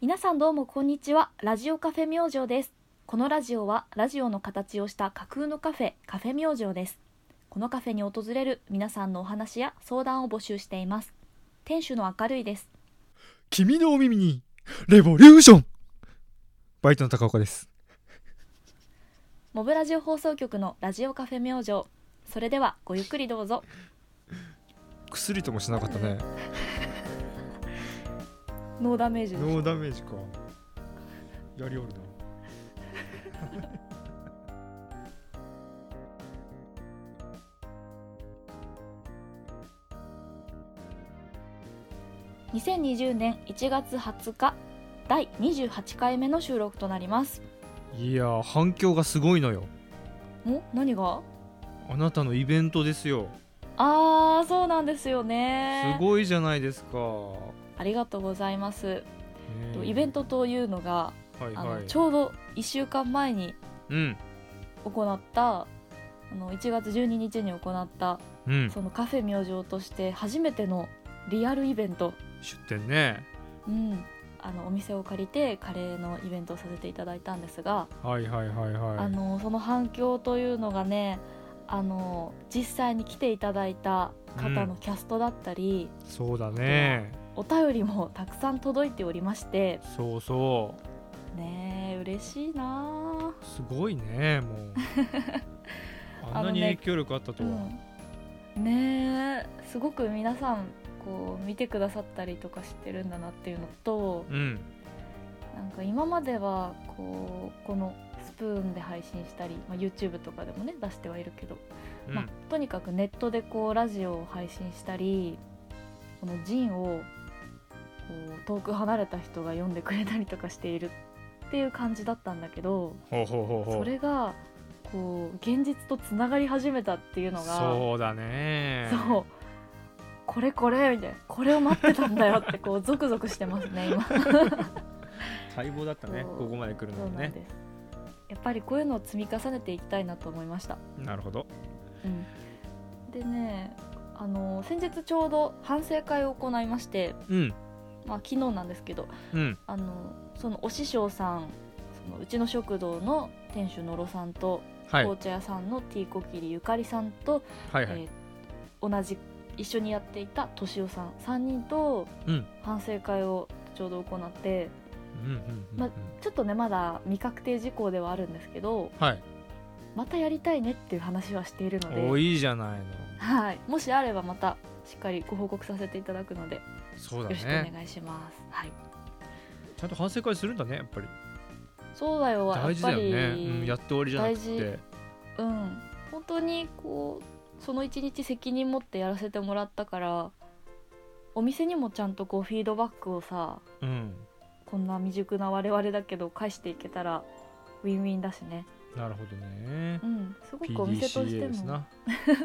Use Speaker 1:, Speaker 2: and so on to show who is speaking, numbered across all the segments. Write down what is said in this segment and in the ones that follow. Speaker 1: 皆さんどうもこんにちはラジオカフェ明星ですこのラジオはラジオの形をした架空のカフェカフェ明星ですこのカフェに訪れる皆さんのお話や相談を募集しています店主の明るいです
Speaker 2: 君のお耳にレボリューションバイトの高岡です
Speaker 1: モブラジオ放送局のラジオカフェ明星それではごゆっくりどうぞ
Speaker 2: 薬ともしなかったね
Speaker 1: ノーダメージです
Speaker 2: ノーダメージかやりおるな
Speaker 1: 2020年1月20日第28回目の収録となります
Speaker 2: いやー反響がすごいのよ
Speaker 1: お何が
Speaker 2: あなたのイベントですよ
Speaker 1: あーそうなんですよ
Speaker 2: す
Speaker 1: ね
Speaker 2: ごいじゃないですか、
Speaker 1: ありがとうございますとイベン
Speaker 2: ト
Speaker 1: トというのが、
Speaker 2: はい
Speaker 1: あ
Speaker 2: は
Speaker 1: の
Speaker 2: い
Speaker 1: ちょうど1週間前に
Speaker 2: うん
Speaker 1: 行ったあの1月12日に行った
Speaker 2: うん
Speaker 1: そのカフェ明星として初めてのリアルイベント、
Speaker 2: 出店ね
Speaker 1: うん、あのお店を借りてカレーのイベントをさせていただいたんですが、
Speaker 2: はいはいはいはい
Speaker 1: あのその反響というのがねあの実際に来ていただいた方のキャストだったり、
Speaker 2: そうだね
Speaker 1: お便りもたくさん届いておりまして
Speaker 2: そうそ
Speaker 1: ねえ嬉しいなあ
Speaker 2: うすごいねもう あんなに
Speaker 1: あのね
Speaker 2: 影響力あったとは、
Speaker 1: うん、ねえすごく皆さんこう見てくださったりとかしてるんだなっていうのと
Speaker 2: うん
Speaker 1: なんか今まではこうこのスプーンで配信したり、まあ、YouTube とかでもね出してはいるけど、
Speaker 2: うん
Speaker 1: まあ、とにかくネットでこうラジオを配信したりこのジンをこう遠く離れた人が読んでくれたりとかしているっていう感じだったんだけど
Speaker 2: ほうほうほうほう
Speaker 1: それがこう現実とつながり始めたっていうのが。
Speaker 2: そうだね
Speaker 1: そうこれこれみたいなこれを待ってたんだよってこうゾクゾクしてますね 今
Speaker 2: 待望だったね
Speaker 1: そう
Speaker 2: ここまで来る
Speaker 1: そ
Speaker 2: の
Speaker 1: うな
Speaker 2: は
Speaker 1: ん
Speaker 2: ね
Speaker 1: ですやっぱりこういうのを積み重ねていきたいなと思いました、
Speaker 2: なるほど
Speaker 1: うん、でねあの先日ちょうど反省会を行いまして、
Speaker 2: うん
Speaker 1: まあ、昨日なんですけど
Speaker 2: うん
Speaker 1: あのそのお師匠さんそのうちの食堂の店主のろさんと、
Speaker 2: はいは
Speaker 1: 紅茶屋さんのティーコキリゆかりさんと、
Speaker 2: いはい、
Speaker 1: えー同じ一緒にやっていたとしおさん3人と
Speaker 2: うん
Speaker 1: 反省会をちょうど行って
Speaker 2: うんうんうん、
Speaker 1: まちょっとねまだ未確定事項ではあるんですけど
Speaker 2: はい
Speaker 1: またやりたいねっていう話はしているの
Speaker 2: お
Speaker 1: で、
Speaker 2: いいじゃないの
Speaker 1: はい、もしあればまたしっかりご報告させていただくので、よ
Speaker 2: そうだ
Speaker 1: ろしくお
Speaker 2: ね
Speaker 1: 願いします。はい、
Speaker 2: ちゃんと反省会するんだねやっぱり
Speaker 1: そうだよ
Speaker 2: 大事だよ
Speaker 1: やっぱ
Speaker 2: ね、
Speaker 1: り、
Speaker 2: うん、やって終わりじゃな
Speaker 1: 大
Speaker 2: くて
Speaker 1: うん、本当にこうその一日責任持ってやらせてもらったからお店にもちゃんとこうフィードバックをさ
Speaker 2: うん
Speaker 1: こんな未熟な我々だけど返していけたらウィンウィンだしね、
Speaker 2: なるほどね
Speaker 1: うん、すごくお店として
Speaker 2: PDCA です
Speaker 1: も
Speaker 2: な、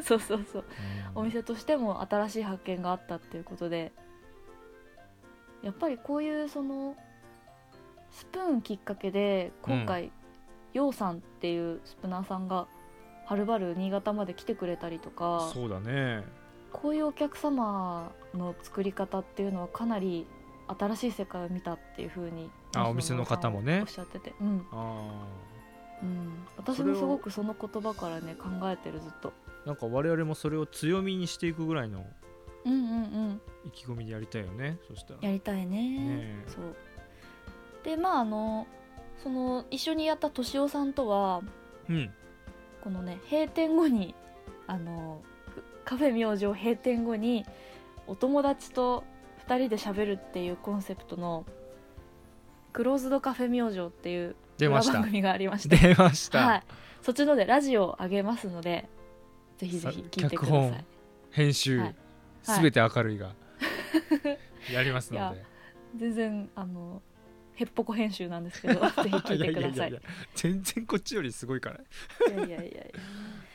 Speaker 1: そうそうそう
Speaker 2: うん
Speaker 1: お店としても新しい発見があったっていうことでやっぱりこういうそのスプーンきっかけで今回、ようさんっていうスプナーさんがはるばる新潟まで来てくれたりとか
Speaker 2: そうだね
Speaker 1: こういうお客様の作り方っていうのはかなり新しい世界を見たっていうふうに
Speaker 2: あお店の方もね
Speaker 1: おっしゃってて、うん
Speaker 2: あ
Speaker 1: うん、私
Speaker 2: それ
Speaker 1: も
Speaker 2: を
Speaker 1: すごくその言葉からね考えてるずっと。
Speaker 2: ーなんか我々もそれを強みにしていくぐらいの
Speaker 1: うんうんうん、
Speaker 2: 意気込みでやりたいよねそしたら
Speaker 1: やりたいね
Speaker 2: ねえ
Speaker 1: そうでまああのその一緒にやった敏夫さんとは
Speaker 2: うん
Speaker 1: このね閉店後にあのふカフェ明星閉店後にお友達と2人で喋るっていうコンセプトの「クローズドカフェ明星」っていう
Speaker 2: 出まし
Speaker 1: 裏
Speaker 2: た
Speaker 1: 番組がありまして
Speaker 2: 出ました、
Speaker 1: はい、そっちのでラジオを上げますのでぜひぜひ聞いてくだ
Speaker 2: 脚
Speaker 1: さ
Speaker 2: 本
Speaker 1: い。
Speaker 2: 編集、
Speaker 1: はいはい
Speaker 2: すべて明る いがやりますの
Speaker 1: い全然あのへっぽこ編集なんですけ どぜひ聞
Speaker 2: で。
Speaker 1: いてください。
Speaker 2: 全然こっちよりすごいから
Speaker 1: いやいやいやい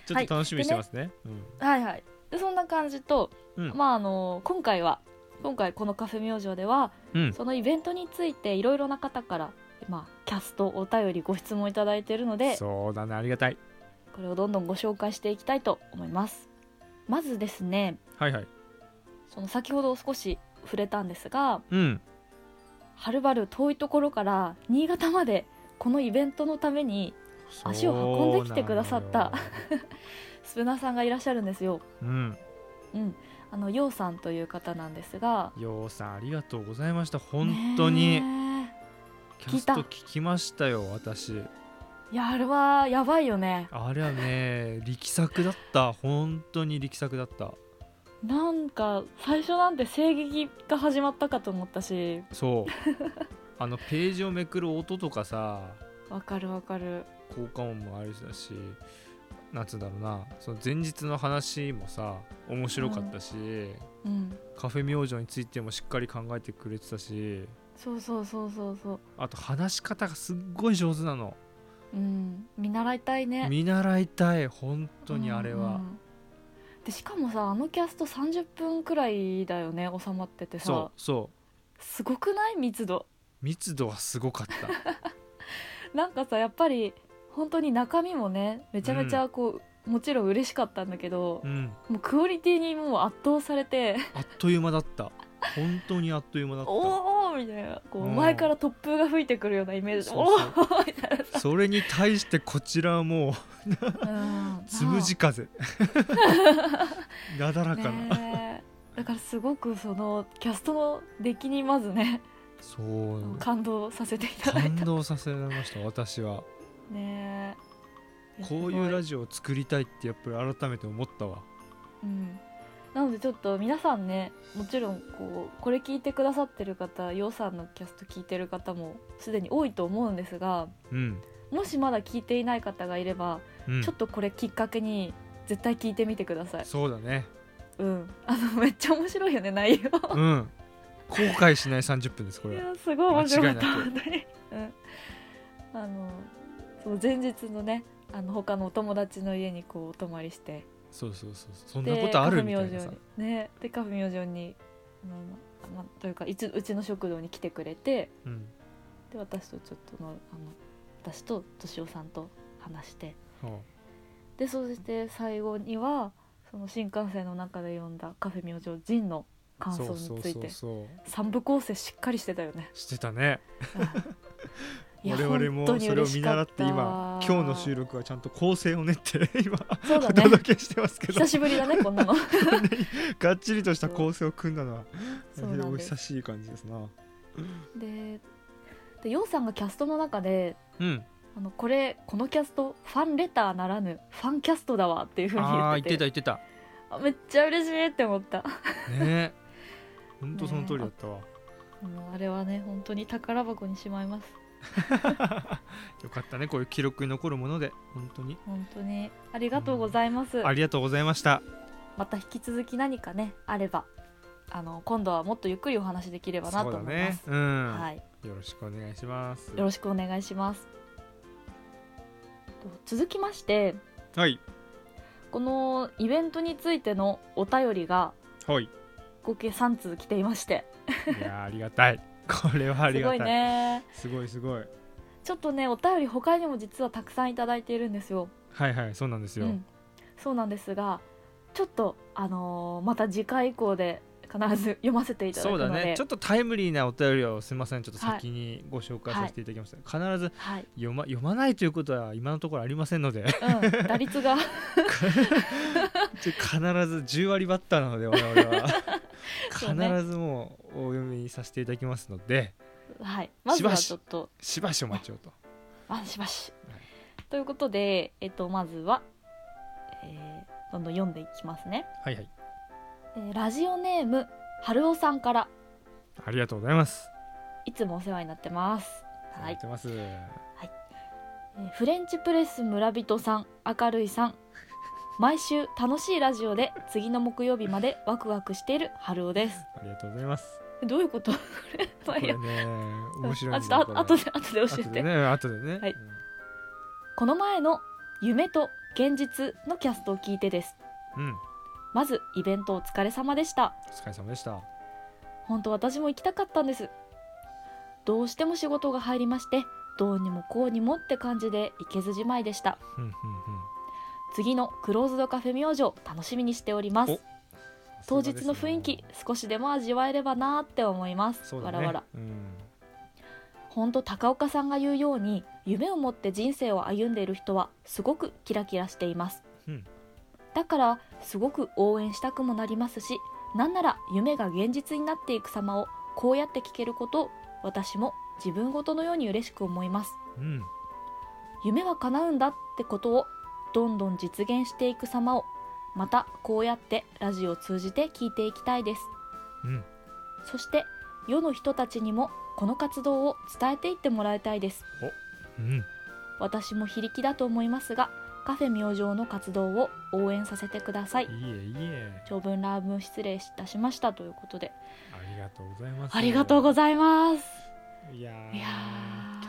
Speaker 2: ちょっと楽しみにしてますね。
Speaker 1: やはいはいでそんな感じと、
Speaker 2: うん
Speaker 1: まああの今回は今回このカフェ明星では
Speaker 2: うん、うん、
Speaker 1: そのイベントについていろいろな方からまあキャストお便りご質問いただいているので
Speaker 2: そうだねありがたい。
Speaker 1: これをどんどんご紹介していきたいと思いますまずですね
Speaker 2: はいはい。
Speaker 1: その先ほど少し触れたんですが
Speaker 2: うん
Speaker 1: はるばる遠いところから新潟までこのイベントのために足を運んできてくださったスプナーさんがいらっしゃるんですよ。
Speaker 2: そうなのよ。
Speaker 1: うん、あのようさんという方なんですが
Speaker 2: うん。ようさん、ありがとうございました。本当に。
Speaker 1: ね
Speaker 2: キャスト聞きましたよ、私。
Speaker 1: えいやあれはやばいよね
Speaker 2: あれ はね、力作だった。本当に力作だった。
Speaker 1: なんか最初なんて声撃が始まったかと思ったし
Speaker 2: そう。あのページをめくる音とかさ、
Speaker 1: わかるわかる
Speaker 2: 効果音もあるしだしなんつうんだろうなその前日の話もさ面白かったし、
Speaker 1: うん
Speaker 2: カフェ明星についてもしっかり考えてくれてたし
Speaker 1: そうそうそうそうそう
Speaker 2: あと話し方がすっごい上手なの
Speaker 1: うん見習いたいね
Speaker 2: 見習いたい本当にあれは、
Speaker 1: うんうんでしかもさあのキャスト30分くらいだよね収まっててさ
Speaker 2: そうそう
Speaker 1: すごくない密度
Speaker 2: 密度はすごかった
Speaker 1: なんかさやっぱり本当に中身もねめちゃめちゃこう、もちろん嬉しかったんだけど
Speaker 2: う、ん
Speaker 1: もうクオリティにもう圧倒されて
Speaker 2: あっという間だった本当にあっという間だった
Speaker 1: おおみたいなこう
Speaker 2: うん
Speaker 1: 前から突風が吹いてくるようなイメージで
Speaker 2: そう
Speaker 1: お
Speaker 2: そう
Speaker 1: おみたい
Speaker 2: それに対してこちらはもう
Speaker 1: なうん
Speaker 2: つむじ風 なだらかな、
Speaker 1: ねえだからすごくそのキャストの出来にまずね
Speaker 2: そう
Speaker 1: 感動させていただい
Speaker 2: 感
Speaker 1: た
Speaker 2: 動させられました私は
Speaker 1: ねえ
Speaker 2: こういうラ
Speaker 1: ジ
Speaker 2: ジオを作りたいってやっぱり改めて思ったわ
Speaker 1: オ、うん、なのでちょっと皆さんねもちろんこうこれ聞いてくださってる方ようさんのキャスト聞いてる方もすでに多いと思うんですが
Speaker 2: うん、
Speaker 1: もしまだ聞いていない方がいれば、
Speaker 2: うん、
Speaker 1: ちょっとこれきっかけに絶対聞いてみてください
Speaker 2: そうだね
Speaker 1: うん、あのめっちゃ面白いよね内容
Speaker 2: うん後悔しない30分ですこ
Speaker 1: い
Speaker 2: れは
Speaker 1: やすごい面白かった
Speaker 2: 間違いなく
Speaker 1: 本当に、うん、あのそう前日のねあの他のお友達の家にこうお泊まりして
Speaker 2: そうそうそうそん
Speaker 1: で
Speaker 2: なことある
Speaker 1: カフェ
Speaker 2: みたい
Speaker 1: 明
Speaker 2: な
Speaker 1: 星
Speaker 2: さ
Speaker 1: にねでカフェ明星にあの、まあ、というかいつうちの食堂に来てくれて
Speaker 2: うん
Speaker 1: で私とちょっとのあの私と敏夫さんと話して
Speaker 2: そう
Speaker 1: でそして最後にはその新幹線の中で読んだカフェ明星ジンの感想
Speaker 2: そう
Speaker 1: について
Speaker 2: そうそうそう
Speaker 1: 三部構成しっかりしてたよ ね
Speaker 2: してたね
Speaker 1: いや
Speaker 2: 我々も
Speaker 1: 本当に
Speaker 2: それを
Speaker 1: 嬉し
Speaker 2: 見
Speaker 1: か
Speaker 2: 習
Speaker 1: っ
Speaker 2: ったて今今日の収録はちゃんと構成を練って 今
Speaker 1: そうだ
Speaker 2: お
Speaker 1: ね
Speaker 2: 届けしてますけど
Speaker 1: 久しぶりだねこん なの
Speaker 2: がっちりとした構成を組んだのは
Speaker 1: そうなん
Speaker 2: お
Speaker 1: です
Speaker 2: 久しい感じですな
Speaker 1: ででヨウさんがキャストの中で
Speaker 2: うん
Speaker 1: あのこれこのキャストファンレターならぬファンキャストだわっていうふうに言
Speaker 2: ああー
Speaker 1: っ
Speaker 2: 言っ
Speaker 1: てて
Speaker 2: てた言ってた
Speaker 1: あめっちゃ嬉しいって思った
Speaker 2: ねえ本当その通りだったわ、
Speaker 1: もうあれはね本当に宝箱にしまいます
Speaker 2: よかったねこういう記録に残るもので本当に
Speaker 1: 本当にありがとうございます、
Speaker 2: ありがとうございました
Speaker 1: また引き続き何かねあればあの今度はもっとゆっくりお話できればなと
Speaker 2: そうだ
Speaker 1: 思いま
Speaker 2: ね
Speaker 1: す、
Speaker 2: うん、
Speaker 1: はい
Speaker 2: よろしくお願いします
Speaker 1: よろしくお願いしますと続きまして
Speaker 2: はい
Speaker 1: このイベントについてのお便りが
Speaker 2: はいい
Speaker 1: 合計3通来ていまして
Speaker 2: やーありがたい これはあり
Speaker 1: す
Speaker 2: が
Speaker 1: ご
Speaker 2: たい
Speaker 1: いね
Speaker 2: すごいすごい
Speaker 1: ちょっとねお便り他にも実はたくさんいただいているんですよ、
Speaker 2: はいはいそうなんです
Speaker 1: う
Speaker 2: よ、
Speaker 1: ん、そうなんですがちょっとあのーまた次回以降で必ず読ませていただ
Speaker 2: そ
Speaker 1: く
Speaker 2: うだ
Speaker 1: ので
Speaker 2: ねちょっとタイムリーなお便りをすみませんちょっと先にご紹介させていただきました、必ず
Speaker 1: はい、
Speaker 2: 読ま読まないということは今のところありません ので
Speaker 1: うん、打率が
Speaker 2: ちょ必ず10割バッターなので我々は
Speaker 1: そうね
Speaker 2: 必ずもうお読みさせていただきますので
Speaker 1: はいまずは
Speaker 2: しばし
Speaker 1: ちょっと
Speaker 2: しばしお待ちをと
Speaker 1: バシバシ
Speaker 2: はい。
Speaker 1: ということで、えっと、まずは、えーどんどん読んでいきますね。
Speaker 2: はいはい
Speaker 1: えーラジオネーム、はるおさんから、
Speaker 2: ありがとうございます
Speaker 1: いつもお世話になってます。は
Speaker 2: や
Speaker 1: い
Speaker 2: っ。てます。
Speaker 1: えーフレンチプレス村人さん、明るいさん。毎週楽しいラジオで次の木曜日までワクワクしているはるお です。
Speaker 2: ありがとうございます。
Speaker 1: どういうこと これ
Speaker 2: こ
Speaker 1: まあいい
Speaker 2: れ
Speaker 1: や
Speaker 2: ね、面白い
Speaker 1: あ
Speaker 2: ん
Speaker 1: ち
Speaker 2: だ
Speaker 1: ょ
Speaker 2: よ
Speaker 1: っとあ後
Speaker 2: こ
Speaker 1: で後で教えて
Speaker 2: れ後で。ね、後でね。
Speaker 1: はいこの前の夢と現実のキャストを聞いてです。
Speaker 2: うん。うん。お
Speaker 1: まずイベントお疲れ様でした。
Speaker 2: 疲れ様でした。
Speaker 1: 本当私も行きたかったんですどうしても仕事が入りましてどうにもこうにもって感じで行けずじまいでした
Speaker 2: うんうんうん。
Speaker 1: 次のクローズドカフェ明星楽しみにしております
Speaker 2: お
Speaker 1: 当日の雰囲気。少しでも味わえればなーって思います
Speaker 2: そうだ
Speaker 1: わ
Speaker 2: ね。
Speaker 1: らわら
Speaker 2: うん。
Speaker 1: 本当高岡さんが言うように夢を持って人生を歩んでいる人はすごくキラキラしています、
Speaker 2: うん
Speaker 1: だからすごく応援したくもなりますしなんなら夢が現実になっていく様をこうやって聞けることを私も自分ごとのように嬉しく思います
Speaker 2: うん
Speaker 1: 夢は叶うんだってことをどんどん実現していく様をまたこうやってラジオを通じて聞いていきたいです
Speaker 2: うん
Speaker 1: そして世の人たちにもこの活動を伝えていってもらいたいです
Speaker 2: うん
Speaker 1: 私も非力だと思いますがカフェ明星の活動を応援させてください
Speaker 2: いいえいいえ
Speaker 1: 長文ラブ失礼いたしましたということで
Speaker 2: ありがとうございます
Speaker 1: ありがとうご
Speaker 2: い
Speaker 1: ざいます
Speaker 2: ますいやー
Speaker 1: いや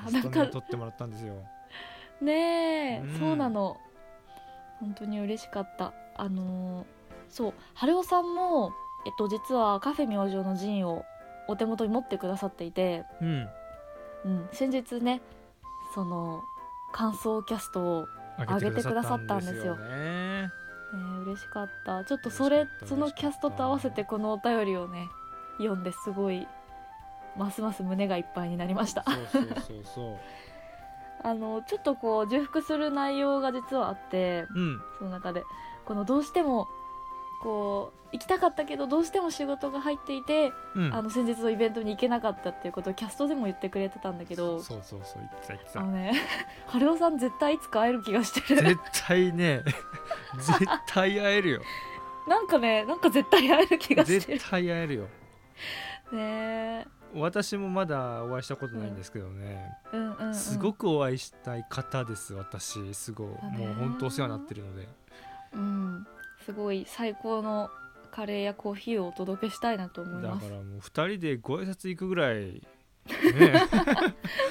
Speaker 1: ー
Speaker 2: キャスト
Speaker 1: な
Speaker 2: ね
Speaker 1: んか
Speaker 2: 撮ってもらったんですよ
Speaker 1: ねえ、
Speaker 2: うん
Speaker 1: そうなの本当に嬉しかったあのーそう春雄さんも、えっと、実はカフェ明星のジンをお手元に持ってくださっていて、
Speaker 2: うん
Speaker 1: うん、先日ねその感想キャストを、
Speaker 2: あ
Speaker 1: げてくださったんですよ
Speaker 2: ね
Speaker 1: えー嬉しかったちょっとそれ
Speaker 2: 嬉しかった
Speaker 1: そのキャストと合わせてこのお便りをね読んですごいますます胸がいっぱいになりました
Speaker 2: そうそうそうそ
Speaker 1: あのちょっとこう重複する内容が実はあって
Speaker 2: ううん
Speaker 1: その中でこのどうしてもこう行きたかったけどどうしても仕事が入っていて、
Speaker 2: うん
Speaker 1: あの先日のイベントに行けなかったっていうことをキャストでも言ってくれてたんだけど
Speaker 2: そうそうそう言ってた言って
Speaker 1: あ
Speaker 2: た
Speaker 1: のね 春雄さん絶対いつか会える気がしてる
Speaker 2: 絶 対ね絶対会えるよ
Speaker 1: なんかねなんか絶対会える気がし
Speaker 2: 絶
Speaker 1: てる
Speaker 2: 対会えるよ
Speaker 1: ね
Speaker 2: 私もまだお会いしたことないんですけどね、
Speaker 1: うんうん、うん、
Speaker 2: すごくお会いしたい方です私すごい
Speaker 1: だね
Speaker 2: もう本当お世話になってるので
Speaker 1: うんすごい最高のカレーやコーヒーをお届けしたいなと思い
Speaker 2: だ
Speaker 1: ま
Speaker 2: か
Speaker 1: す
Speaker 2: らもう2人でご挨拶行くぐら い、ね、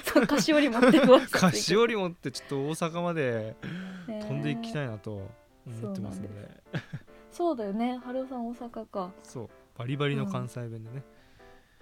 Speaker 1: そう菓子折り持ってご挨拶行く
Speaker 2: 菓子折り持ってちょっと大阪まで
Speaker 1: ね
Speaker 2: 飛んでいきたいなと思ってますので
Speaker 1: そうそうだよね春雄さん大阪か
Speaker 2: そうバリバリの関西弁でね、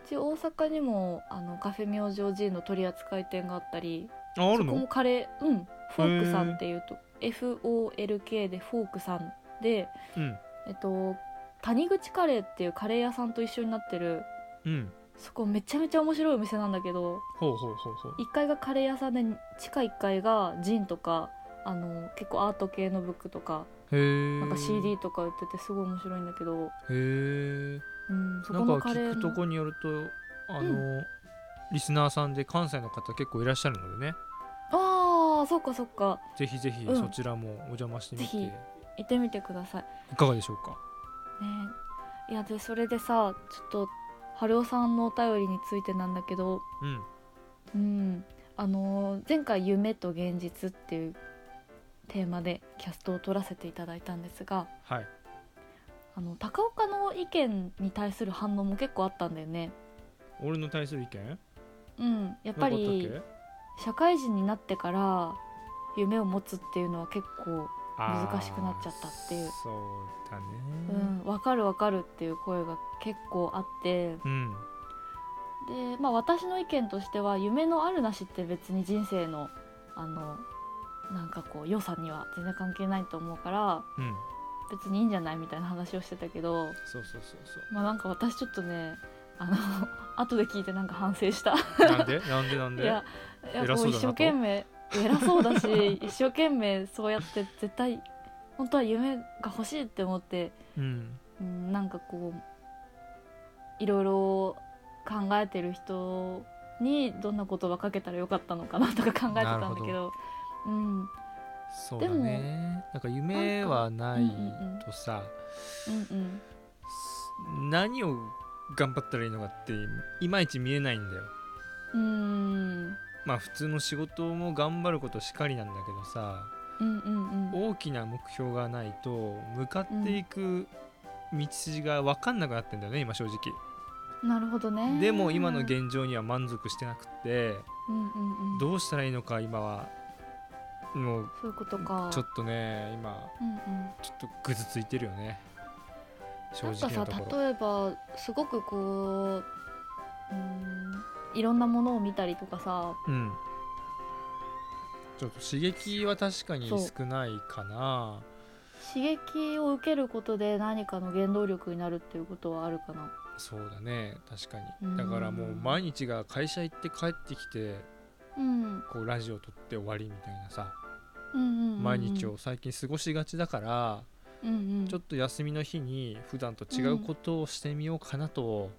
Speaker 1: うち大阪にもあのカフェ明星寺の取扱店があったり
Speaker 2: ああ
Speaker 1: そ
Speaker 2: る
Speaker 1: こも
Speaker 2: の
Speaker 1: カレーうんフォークさんっていうと FOLK でフォークさんで
Speaker 2: うん
Speaker 1: えっと谷口カレーっていうカレー屋さんと一緒になってる
Speaker 2: うん
Speaker 1: そこめちゃめちゃ面白いお店なんだけど
Speaker 2: ほうほうほうほう
Speaker 1: 1階がカレー屋さんで地下1階がジンとかあの結構アート系のブックとか
Speaker 2: へえ
Speaker 1: なんか CD とか売っててすごい面白いんだけど、
Speaker 2: へえ
Speaker 1: うん、そ
Speaker 2: な
Speaker 1: こ
Speaker 2: ん
Speaker 1: の
Speaker 2: か
Speaker 1: カレ
Speaker 2: 聞
Speaker 1: ー
Speaker 2: くと
Speaker 1: も
Speaker 2: こによるとあの、リスナーさんで関西の方結構いらっしゃるのでね
Speaker 1: ああそっかそっか
Speaker 2: ぜひぜひ
Speaker 1: うん
Speaker 2: そちらもお邪魔してみて、
Speaker 1: ぜ行ってみてください
Speaker 2: いかがでしょうか
Speaker 1: ねいやでそれでさちょっと春雄さんのお便りについてなんだけどう
Speaker 2: うん
Speaker 1: んあのー前回「夢と現実」っていうテーマでキャストを撮らせていただいたんですが
Speaker 2: はい
Speaker 1: あの高岡の意見に対する反応も結構あったんだよね。
Speaker 2: 俺の対する意見やっ
Speaker 1: うん、やっぱり社会人になってから夢を持つっていうのは結構、難しくなっちゃったっていう
Speaker 2: そうだね
Speaker 1: うん、分かる分かるっていう声が結構あって
Speaker 2: うん
Speaker 1: で、まあ、私の意見としては夢のあるなしって別に人生のあのなんかこう良さには全然関係ないと思うから
Speaker 2: うん
Speaker 1: 別にいいんじゃないみたいな話をしてたけど、
Speaker 2: そうそうそうそう
Speaker 1: まあ、なんか私ちょっとねあの 後で聞いてなんか反省した。
Speaker 2: なんでなんでなん
Speaker 1: い
Speaker 2: で
Speaker 1: やいや
Speaker 2: 偉
Speaker 1: こ
Speaker 2: そううだな
Speaker 1: 一
Speaker 2: と
Speaker 1: 生懸命偉そうだ し一生懸命そうやって絶対本当は夢が欲しいって思って、
Speaker 2: うん
Speaker 1: うん、なんかこういろいろ考えてる人にどんな言葉かけたらよかったのかなとか考えてたんだけど
Speaker 2: なる
Speaker 1: うん、うん
Speaker 2: そうだねなんか夢はないとさ、
Speaker 1: うん
Speaker 2: 何を頑張ったらいいのかっていまいち見えないんだよ
Speaker 1: うん
Speaker 2: まあ普通の仕事も頑張ることしかりなんだけどさ
Speaker 1: うんうんうん
Speaker 2: 大きな目標がないと向かっていく道筋が分かんなくなってんだよね今正直
Speaker 1: なるほどね
Speaker 2: でも今の現状には満足してなくて
Speaker 1: うんうんうん
Speaker 2: どうしたらいいのか今はもう
Speaker 1: そういうことか
Speaker 2: ちょっとね今
Speaker 1: うんうん
Speaker 2: ちょっとぐずついてるよね正
Speaker 1: なん
Speaker 2: 直
Speaker 1: かさ
Speaker 2: なところ
Speaker 1: 例えばすごくこううーんいろんなものを見たりとかさ
Speaker 2: うんちょっと刺激は確かに
Speaker 1: そう
Speaker 2: 少ないかな
Speaker 1: 刺激を受けることで何かの原動力になるっていうことはあるかな
Speaker 2: そうだね確か
Speaker 1: う
Speaker 2: に
Speaker 1: ん
Speaker 2: だからもう毎日が会社行って帰ってきて
Speaker 1: うん
Speaker 2: こうラジオ撮って終わりみたいなさ
Speaker 1: うんうんうん
Speaker 2: 毎日を最近過ごしがちだから
Speaker 1: うんうん
Speaker 2: ちょっと休みの日に普段と違うことをしてみようかなと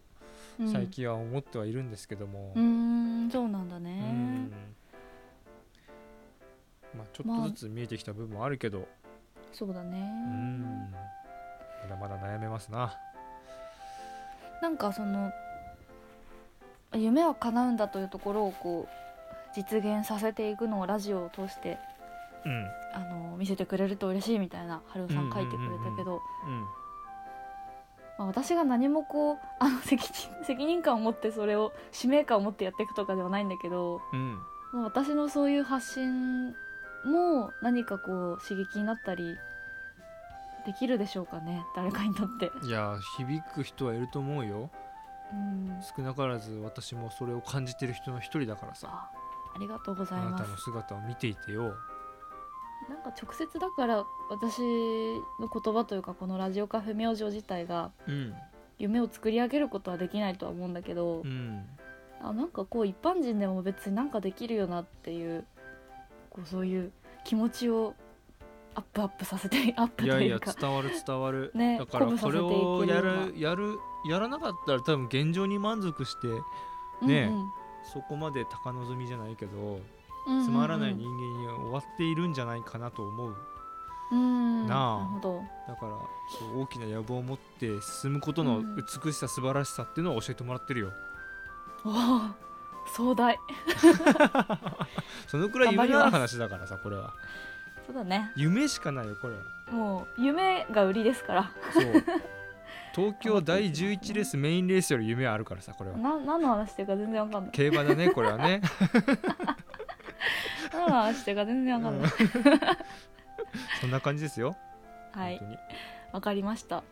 Speaker 1: うん
Speaker 2: 最近は思ってはいるんですけども
Speaker 1: うーんそうなんだ
Speaker 2: う
Speaker 1: ね
Speaker 2: んまあちょっとずつ見えてきた部分もあるけど
Speaker 1: そうだね
Speaker 2: うんまだまだ悩めますな
Speaker 1: なんかその夢は叶うんだというところをこう実現させていくのをラジオを通して
Speaker 2: うん
Speaker 1: あの見せてくれると嬉しいみたいな春雄さ
Speaker 2: うんん
Speaker 1: 書いてくれたけど、
Speaker 2: うん
Speaker 1: まあ、私が何もこうあの 責任責任感を持ってそれを使命感を持ってやっていくとかではないんだけど、
Speaker 2: うん
Speaker 1: まあ、私のそういう発信も何かこう刺激になったりできるでしょうかね誰かにとって。
Speaker 2: いや響く人はいると思うよ
Speaker 1: うん、
Speaker 2: 少なからず私もそれを感じてる人の一人だからさ
Speaker 1: あありがとうござい
Speaker 2: あな
Speaker 1: ま
Speaker 2: た
Speaker 1: す
Speaker 2: の。姿を見ていてよ
Speaker 1: なんか直接だから私の言葉というかこのラジオカフェ明星自体が
Speaker 2: うん
Speaker 1: 夢を作り上げることはできないとは思うんだけど、
Speaker 2: うん
Speaker 1: あなんかこう一般人でも別になんかできるよなっていうこうそういう気持ちをアップアップさせて アップと
Speaker 2: いやい
Speaker 1: い
Speaker 2: や
Speaker 1: うか
Speaker 2: 伝わる伝わる、
Speaker 1: ね
Speaker 2: だから
Speaker 1: 鼓舞さ
Speaker 2: そ
Speaker 1: せ
Speaker 2: れ
Speaker 1: ていけるよ
Speaker 2: を
Speaker 1: うな
Speaker 2: やるやるやらなかったら多分現状に満足してねそこまで高望みじゃないけど
Speaker 1: うんうん
Speaker 2: つまらない
Speaker 1: うん
Speaker 2: 人間に終わっているんじゃないかなと思う
Speaker 1: うん
Speaker 2: なあ
Speaker 1: なるほど
Speaker 2: だからそう大きな野望を持って進むことの
Speaker 1: うん
Speaker 2: 美しさ素晴らしさっていうのを教えてもらってるよ
Speaker 1: おー壮大
Speaker 2: そのくらい夢のある話だからさこれは
Speaker 1: そうだね
Speaker 2: 夢しかないよこれは
Speaker 1: もう夢が売りですから
Speaker 2: そう 東京第11レースメインレースより夢はあるからさこれは
Speaker 1: な何の話してるか全然わかんない
Speaker 2: 競馬だねこれはね
Speaker 1: 何の話してるか全然わかん ない
Speaker 2: そんな感じですよ、
Speaker 1: はい
Speaker 2: 本
Speaker 1: わかりました、ま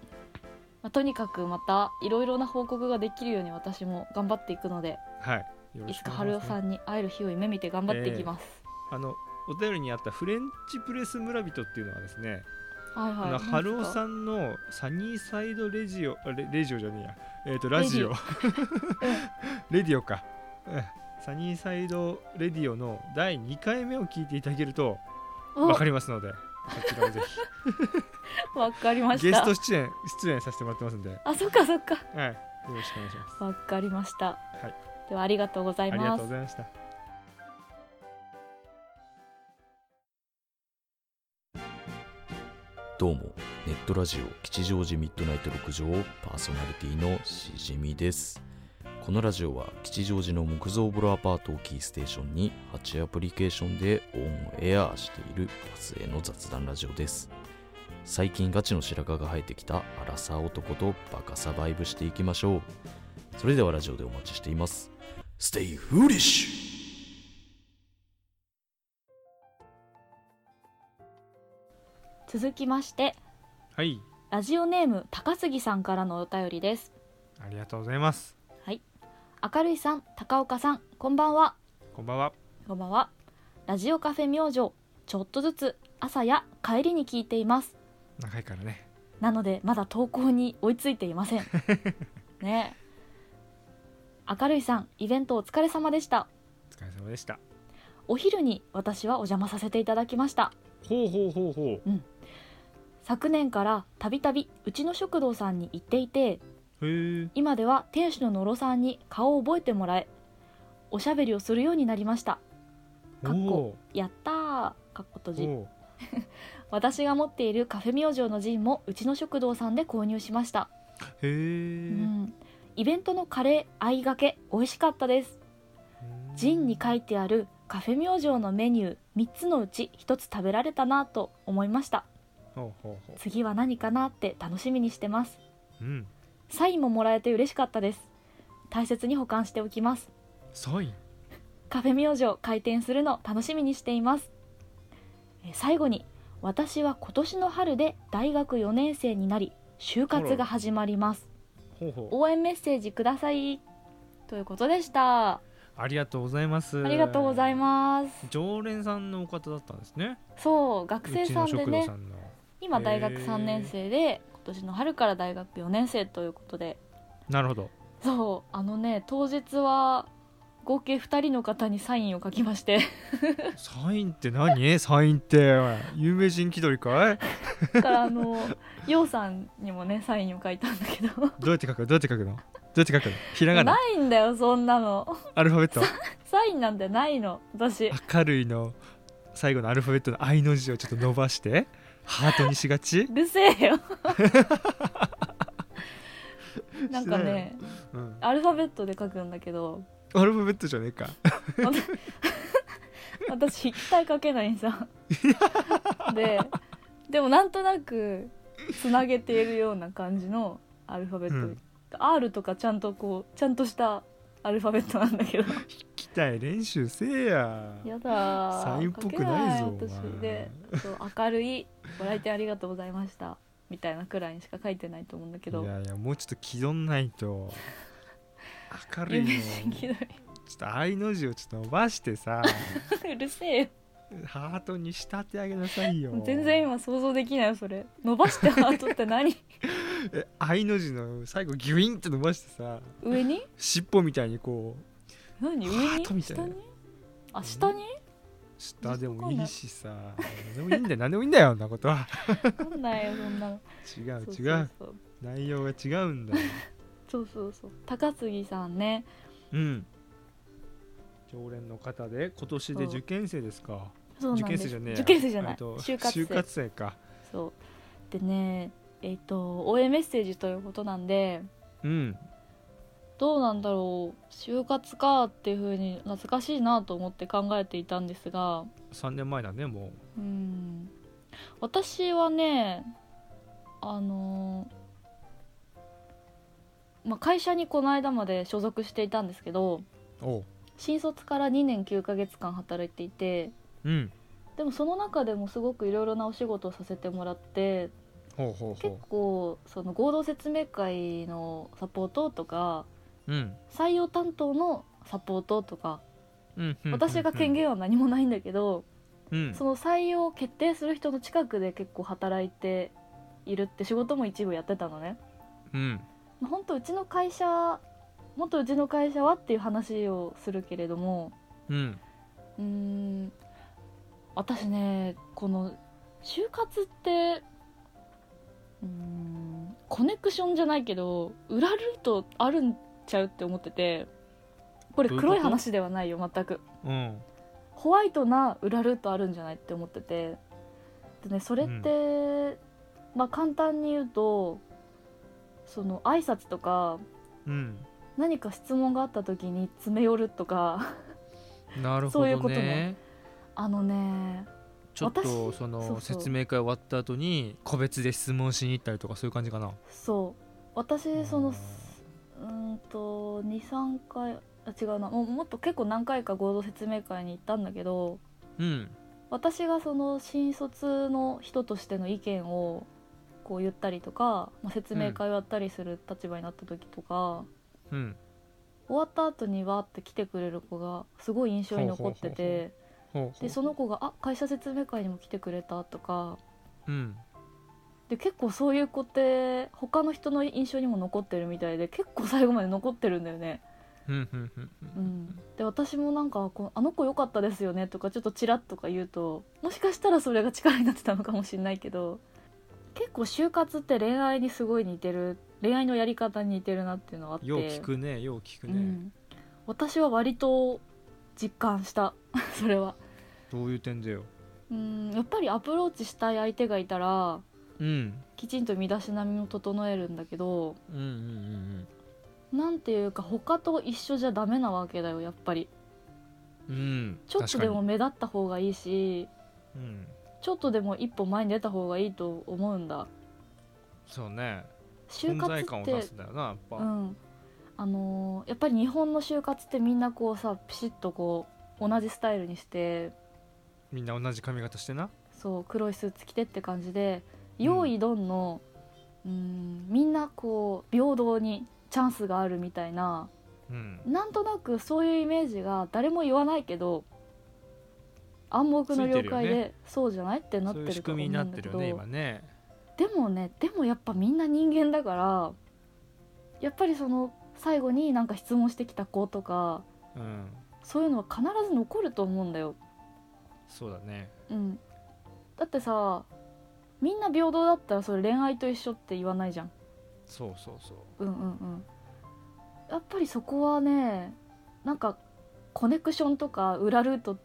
Speaker 1: あ、とにかくまたいろいろな報告ができるように私も頑張っていくので
Speaker 2: 当にはいよ
Speaker 1: い
Speaker 2: ろ
Speaker 1: つ
Speaker 2: し
Speaker 1: か
Speaker 2: くお
Speaker 1: 春雄
Speaker 2: 願いします
Speaker 1: さんに会える日を夢見て頑張っていきます、
Speaker 2: あのお便りにあったフレンチプレス村人っていうのはですね、
Speaker 1: はい
Speaker 2: あ
Speaker 1: は
Speaker 2: の
Speaker 1: い。
Speaker 2: 春雄
Speaker 1: ん。
Speaker 2: さんのサニーサイドレジオあレレジオじゃねえやえっ、とラジオ レディオか、うんサニーサイドレディオの第2回目を聞いていただけると
Speaker 1: お
Speaker 2: わかりますのでそちらもぜ
Speaker 1: わかりま
Speaker 2: ひ
Speaker 1: し
Speaker 2: ゲス
Speaker 1: た
Speaker 2: ト。出演出演させてもらってますんで、はい、
Speaker 1: あ、そっかそっか。
Speaker 2: よろしくお願いします
Speaker 1: わかりました。
Speaker 2: はい
Speaker 1: ではありがとうござい
Speaker 2: ありが
Speaker 1: ま
Speaker 2: とう
Speaker 1: す
Speaker 2: ご。ざいました
Speaker 3: どうもネットラジオ吉祥寺ミッドナイト6畳パーソナリティのしじみですこのラジオは吉祥寺の木造ボロアパートをキーステーションに8アプリケーションでオンエアしているバスへの雑談ラジオです最近ガチの白髪が生えてきたアラサー男とバカサバイブしていきましょうそれではラジオでお待ちしています Stay foolish!
Speaker 1: 続きまして、
Speaker 2: はい
Speaker 1: ラジオネーム高杉さんからのお便りです。
Speaker 2: ありがとうございます
Speaker 1: 明るいさん、高岡さん、こんばんは。
Speaker 2: こんばんは
Speaker 1: こんばんは。ラジオカフェ明星、ちょっとずつ朝や帰りに聞いています。
Speaker 2: 長いからね
Speaker 1: なのでまだ投稿に追いついていません。 ねえ。明るいさん、イベントお疲れ様でした。
Speaker 2: お疲れ様でした
Speaker 1: お昼に私はお邪魔させていただきました
Speaker 2: ほうほうほうほ
Speaker 1: 昨年からたびたびうちの食堂さんに行っていて
Speaker 2: うへえ
Speaker 1: 今では店主の野呂さんに顔を覚えてもらえおしゃべりをするようになりましたかっこやったーかっこ閉
Speaker 2: おー
Speaker 1: じ
Speaker 2: おー
Speaker 1: 私が持っているカフェ明星のジンもうちの食堂さんで購入しました、
Speaker 2: へ
Speaker 1: う
Speaker 2: え、
Speaker 1: ん、イベントのカレー合いがけ美味しかったですジンに書いてあるカフェ明星のメニュー3つのうち1つ食べられたなぁと思いました
Speaker 2: ほうほうほ
Speaker 1: 次は何かなって楽しみにしてます
Speaker 2: ううん
Speaker 1: サインももらえて嬉しかったです大切に保管しておきます
Speaker 2: サイン
Speaker 1: カフェ明星開店するの楽しみにしていますえー最後に私は今年の春で大学4年生になり就活が始まります
Speaker 2: ほうほ
Speaker 1: 応援メッセージくださいということでしたあ
Speaker 2: うありがとうございます
Speaker 1: りがとうございます
Speaker 2: す常連さんのお方だったんですね
Speaker 1: そう学生さん
Speaker 2: う
Speaker 1: で
Speaker 2: ちの食堂
Speaker 1: ね
Speaker 2: さんの
Speaker 1: 今大学
Speaker 2: へー
Speaker 1: 3年生で今年の春から大学4年生ということで
Speaker 2: なる ほど
Speaker 1: そうあのね当日は合計2人の方にサインを書きまして
Speaker 2: サインって何サインっておい有名人気取りかい
Speaker 1: だからあの陽さんにもねサインを書いたんだけど
Speaker 2: どうやって書くどうやって書くのどうやって書くのひらがな
Speaker 1: ないんだよそんなの
Speaker 2: アルファベット
Speaker 1: サインなんてないの私
Speaker 2: 明るいの最後のアルファベットの I の字をちょっと伸ばしてハートにしがち
Speaker 1: う、るせえ よなんかね
Speaker 2: うん、
Speaker 1: アルファベットで書くんだけど
Speaker 2: アルファベットじゃねえか
Speaker 1: 私筆体書けないん さででもなんとなくつなげているような感じのアルファベット、
Speaker 2: うん
Speaker 1: R とかちゃんとこうちゃんとしたアルファベットなんだけど
Speaker 2: 期待練習せえや
Speaker 1: やだー
Speaker 2: サインっぽくないぞ
Speaker 1: 書けない
Speaker 2: お前
Speaker 1: 私でそう明るい「ご来店ありがとうございました」みたいなくらいにしか書いてないと思うんだけど
Speaker 2: いやいやもうちょっと気取んないと明るい
Speaker 1: 有
Speaker 2: の
Speaker 1: 名
Speaker 2: ち
Speaker 1: 人 気
Speaker 2: ょ
Speaker 1: だよ
Speaker 2: っと I の字をちょっと伸ばしてさ
Speaker 1: うるせえよ
Speaker 2: ハートに仕立てあげなさいよ
Speaker 1: 全然今想像できないよそれ伸ばしてハートって 何
Speaker 2: え I の字の最後ギュインって伸ばしてさ
Speaker 1: 上に
Speaker 2: 尻尾みたいにこう
Speaker 1: 何
Speaker 2: ハ
Speaker 1: 上
Speaker 2: ー
Speaker 1: に
Speaker 2: トみたいな
Speaker 1: 下にあ下に
Speaker 2: 下でもいいしさ何でもいいんだよ何でもいいんだよそんなことは
Speaker 1: なんないよそんなの
Speaker 2: 違う違う
Speaker 1: そうそうそう
Speaker 2: 内容が違うんだよ
Speaker 1: そうそうそう高杉さんね
Speaker 2: うん常連の方で今年で受験生ですか
Speaker 1: そうなん
Speaker 2: 受
Speaker 1: で
Speaker 2: 験
Speaker 1: す
Speaker 2: 生じゃねえや
Speaker 1: 受験生じゃな
Speaker 2: え
Speaker 1: い、
Speaker 2: っと
Speaker 1: 就活生
Speaker 2: 就活生か
Speaker 1: そうでねえっ、と応援メッセージということなんで
Speaker 2: うん
Speaker 1: どうなんだろう就活かっていうふうに懐かしいなと思って考えていたんですが
Speaker 2: 3年前だねも
Speaker 1: うん私はねあのまあ、会社にこの間まで所属していたんですけど
Speaker 2: うおう
Speaker 1: 新卒から2年9ヶ月間働いていて
Speaker 2: うん
Speaker 1: でもその中でもすごくいろいろなお仕事をさせてもらって
Speaker 2: ほうほう
Speaker 1: 結
Speaker 2: ほ
Speaker 1: 構その合同説明会のサポートとか
Speaker 2: ううん
Speaker 1: 採用担当のサポートとか
Speaker 2: うんうん
Speaker 1: 私が権限は何もないんだけど
Speaker 2: うん
Speaker 1: その採用を決定する人の近くで結構働いているって仕事も一部やってたのね。
Speaker 2: うん
Speaker 1: まあ本当うちの会社もっとうちの会社はっていう話をするけれども
Speaker 2: うん
Speaker 1: うーん私ねこの就活ってうーんコネクションじゃないけど裏ルートあるんちゃうって思っててこれ
Speaker 2: どういうこと
Speaker 1: 黒い話ではないよ全く
Speaker 2: うん
Speaker 1: ホワイトな裏ルートあるんじゃないって思っててでねそれって、まあ簡単に言うとその挨拶とか
Speaker 2: うん
Speaker 1: 何か質問があった時に詰め寄るとか
Speaker 2: なるほ
Speaker 1: そ
Speaker 2: どね
Speaker 1: ういうことねあのね
Speaker 2: ちょっと
Speaker 1: 私
Speaker 2: その
Speaker 1: そうそう
Speaker 2: 説明会終わった後に個別で質問しに行ったりとかそういう感じかな
Speaker 1: そう私そ
Speaker 2: うん
Speaker 1: のうーんと23回あ違うなもうもっと結構何回か合同説明会に行ったんだけど
Speaker 2: うん
Speaker 1: 私がその新卒の人としての意見をこう言ったりとか、まあ、説明会をやったりする立場になった時とか、
Speaker 2: うん
Speaker 1: 終わった後にわーって来てくれる子がすごい印象に残って
Speaker 2: ほうほうほ
Speaker 1: て
Speaker 2: ほうほう
Speaker 1: でその子が「あ会社説明会にも来てくれた」とか
Speaker 2: うん
Speaker 1: で結構そういう子って他の人の印象にも残ってるみたいで結構最後まで残ってるんだよね。
Speaker 2: うんうんうん
Speaker 1: う
Speaker 2: うん
Speaker 1: ん、で私もなんかこう「あの子良かったですよね」とかちょっとチラッとか言うともしかしたらそれが力になってたのかもしれないけど結構就活って恋愛にすごい似てる恋愛のやり方に似てるなっていうのがあって
Speaker 2: よう聞くねよう聞く
Speaker 1: う
Speaker 2: ね
Speaker 1: ん、私は割と実感した それは
Speaker 2: どういう点だよ
Speaker 1: うんやっぱりアプローチしたい相手がいたら
Speaker 2: うん
Speaker 1: きちんと身だしなみも整えるんだけど
Speaker 2: うんうんうん
Speaker 1: なんていうか他と一緒じゃダメなわけだよやっぱり
Speaker 2: うんうん
Speaker 1: ちょっとでも目立った方がいいし
Speaker 2: 確かにうん
Speaker 1: ちょっとでも一歩前に出た方がいいと思うんだ
Speaker 2: そうね
Speaker 1: 就
Speaker 2: 存
Speaker 1: 活
Speaker 2: 在感
Speaker 1: っ
Speaker 2: を出
Speaker 1: て
Speaker 2: すんだよなやっぱ
Speaker 1: うんあのーやっぱり日本の就活ってみんなこうさピシッとこう同じスタイルにして
Speaker 2: みんな同じ髪型してな
Speaker 1: そう黒いスーツ着てって感じで
Speaker 2: うん
Speaker 1: 用意どんの、うーん、みんなこう平等にチャンスがあるみたいな
Speaker 2: うん
Speaker 1: なんとなくそういうイメージが誰も言わないけど暗黙の了
Speaker 2: ついてる
Speaker 1: 解
Speaker 2: よね
Speaker 1: でそうじゃないってなっ
Speaker 2: そ
Speaker 1: て
Speaker 2: ういう
Speaker 1: る
Speaker 2: 仕
Speaker 1: と思
Speaker 2: 組み
Speaker 1: うん
Speaker 2: にな
Speaker 1: だ
Speaker 2: って
Speaker 1: け
Speaker 2: る
Speaker 1: ど
Speaker 2: よね今ね
Speaker 1: でもねでもやっぱみんな人間だからやっぱりその最後になんか質問してきた子とか
Speaker 2: うん
Speaker 1: そういうのは必ず残ると思うんだよ。
Speaker 2: そうだね
Speaker 1: うん、だってさみんな平等だったらそれ恋愛と一緒って言わないじゃん。
Speaker 2: そうそうそう
Speaker 1: うんうんうん、やっぱりそこはねなんかコネクションとか裏ルートっ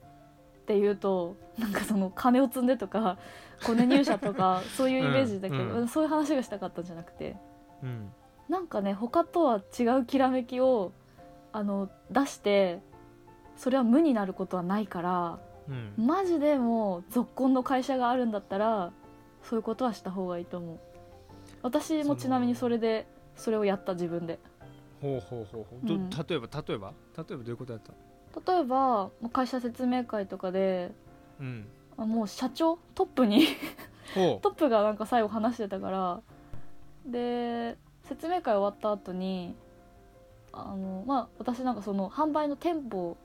Speaker 1: ていうとなんかその金を積んでとかコネ入社と かそういうイメージだけど、
Speaker 2: うんうん
Speaker 1: そういう話がしたかったんじゃなくて
Speaker 2: うん
Speaker 1: なんかね他とは違うきらめきをあの出してそれは無になることはないから
Speaker 2: うん
Speaker 1: マジでもう続婚の会社があるんだったらそういうことはした方がいいと思う私もちなみにそれでそれをやった自分で
Speaker 2: ほうほうほうほうど
Speaker 1: うん
Speaker 2: 例えば例えば例えばどういうことやったの
Speaker 1: 例えばもう会社説明会とかで
Speaker 2: うん
Speaker 1: あもう社長トップに
Speaker 2: ほう
Speaker 1: トップがなんか最後話してたからで説明会終わった後にあのまあ私なんかその販売の店舗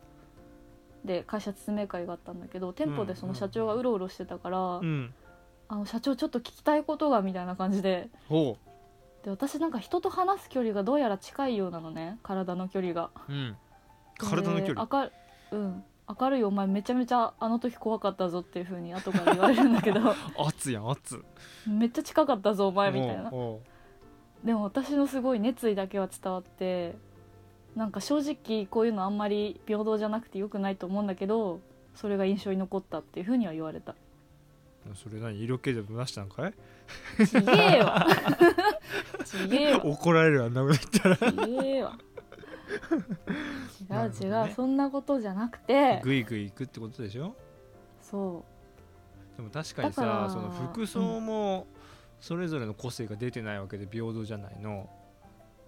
Speaker 1: で会社説明会があったんだけど店舗でその社長がうろうろしてたから、
Speaker 2: うん
Speaker 1: あの社長ちょっと聞きたいことがみたいな感じで
Speaker 2: ほ
Speaker 1: で私なんか人と話す距離がどうやら近いようなのね体の距離が
Speaker 2: ううん体の距離
Speaker 1: 離うん明るいお前めちゃめちゃあの時怖かったぞっていう風に後から言われるんだけ ど
Speaker 2: 熱やん熱
Speaker 1: めっちゃ近かったぞお前みたいな
Speaker 2: ほ
Speaker 1: でも私のすごい熱意だけは伝わってなんか正直こういうのあんまり平等じゃなくてよくないと思うんだけどそれが印象に残ったっていう風には言われた
Speaker 2: うほうそれ何色気でも出したんかい
Speaker 1: ちげえわちげえわ
Speaker 2: 怒られるあんなこと言ったら
Speaker 1: ちげえわ違う違
Speaker 2: なるほど
Speaker 1: う、
Speaker 2: ね
Speaker 1: そんなことじゃなくて
Speaker 2: グイグイ行くってことでしょ
Speaker 1: そう
Speaker 2: でも確かに
Speaker 1: だか
Speaker 2: さ
Speaker 1: ら
Speaker 2: その服装もそれぞれの個性が出てないわけで平等じゃないの、
Speaker 1: うん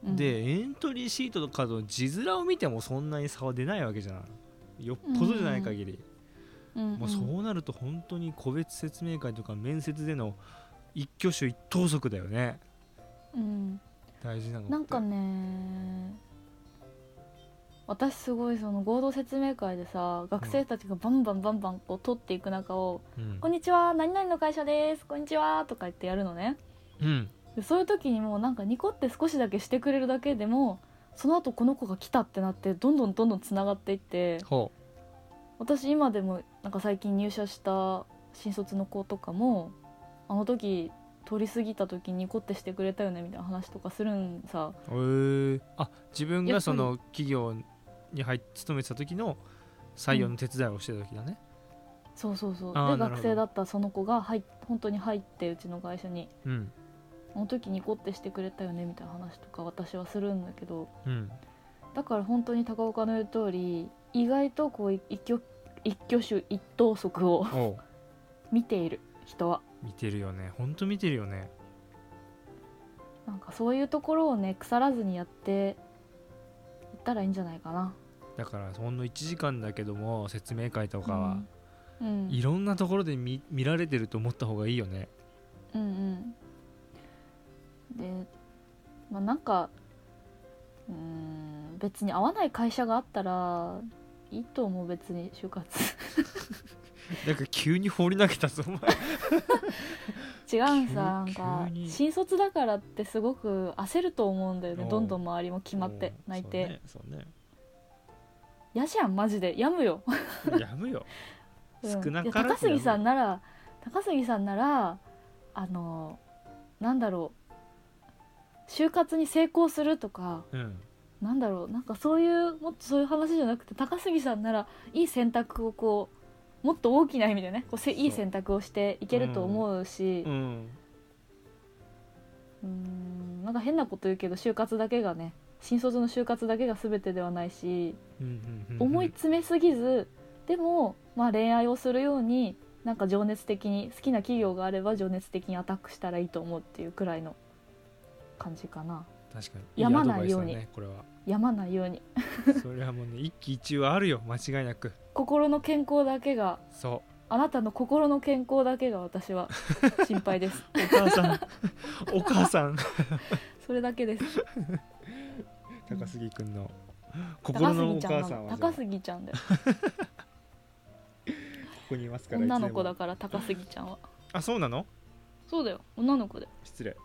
Speaker 2: でエントリーシートとかの字面を見てもそんなに差は出ないわけじゃないよっぽどじゃない限り、
Speaker 1: うん
Speaker 2: もうそうなると本当に個別説明会とか面接での一挙手一投足だよね
Speaker 1: うん
Speaker 2: 大事なのって
Speaker 1: なんかね私すごいその合同説明会でさ学生たちがバンバンバンバンこう取っていく中を
Speaker 2: うん
Speaker 1: 「こんにちは何々の会社ですこんにちは」とか言ってやるのね
Speaker 2: うん
Speaker 1: でそういう時にもうなんかニコって少しだけしてくれるだけでもその後この子が来たってなってどんどんどんどんつながっていって
Speaker 2: ほ
Speaker 1: 私今でもなんか最近入社した新卒の子とかもあの時通り過ぎた時にニコってしてくれたよねみたいな話とかするんさ
Speaker 2: うへえあ自分がその企業に入っ勤めてた時の採用の手伝いをしてた時だね、
Speaker 1: そうそうそう
Speaker 2: あー
Speaker 1: で
Speaker 2: なるほ
Speaker 1: 学
Speaker 2: ど
Speaker 1: 生だったその子が入っ本当に入ってうちの会社に
Speaker 2: うん
Speaker 1: あの時ニコってしてくれたよねみたいな話とか私はするんだけど
Speaker 2: うん
Speaker 1: だから本当に高岡の言う通り意外とこう一挙一挙手一投足を
Speaker 2: おう
Speaker 1: 見ている人は
Speaker 2: 見てるよねほんと見てるよね
Speaker 1: なんかそういうところをね腐らずにやっていったらいいんじゃないかな。
Speaker 2: だからほんの1時間だけども説明会とかは、
Speaker 1: うん、うん
Speaker 2: いろんなところで見見られてると思った方がいいよね
Speaker 1: うんうんでまあなんかうーん別に合わない会社があったらいいと思う別に就活
Speaker 2: なんか急に放り投げたぞお前
Speaker 1: 違うんさなん
Speaker 2: 急
Speaker 1: か
Speaker 2: 急に
Speaker 1: 新卒だからってすごく焦ると思うんだよ
Speaker 2: お
Speaker 1: ね
Speaker 2: う
Speaker 1: どんどん周りも決まって
Speaker 2: うん
Speaker 1: 泣いて、
Speaker 2: そうね
Speaker 1: やじゃんマジでやむよ、
Speaker 2: そうねやむよ
Speaker 1: うん
Speaker 2: 少なからず
Speaker 1: いや高杉さんなら高杉さんならあのなんだろう就活に成功するとか
Speaker 2: うん
Speaker 1: なんだろうなんかそういうもっとそういう話じゃなくて高杉さんならいい選択をこうもっと大きな意味でねこうせ
Speaker 2: そう
Speaker 1: いい選択をしていけると思うし
Speaker 2: う、ん
Speaker 1: うーんなんか変なこと言うけど就活だけがね新卒の就活だけが全てではないし、
Speaker 2: うんうんうんうん
Speaker 1: 思い詰めすぎずでも、まあ、恋愛をするようになんか情熱的に好きな企業があれば情熱的にアタックしたらいいと思うっていうくらいの感じかな。
Speaker 2: 確かに
Speaker 1: やまないように
Speaker 2: いいアドバイスだねこれは
Speaker 1: やまないように
Speaker 2: それはもうね一喜一憂あるよ間違いなく
Speaker 1: 心の健康だけが
Speaker 2: そ
Speaker 1: あなたの心の健康だけが私は心配 です。
Speaker 2: うお母さんお母さん
Speaker 1: それだけです。
Speaker 2: 高杉君の
Speaker 1: 高
Speaker 2: 心の
Speaker 1: 杉
Speaker 2: お
Speaker 1: ちゃん
Speaker 2: 母
Speaker 1: な
Speaker 2: さん
Speaker 1: の。
Speaker 2: はじゃあ
Speaker 1: 高
Speaker 2: こ
Speaker 1: 杉ちゃんだよ。
Speaker 2: こにいますから
Speaker 1: 女の子だ
Speaker 2: いつでも
Speaker 1: から高杉ちゃんは。
Speaker 2: あそうなの
Speaker 1: そうだよ。女の子で。
Speaker 2: 失礼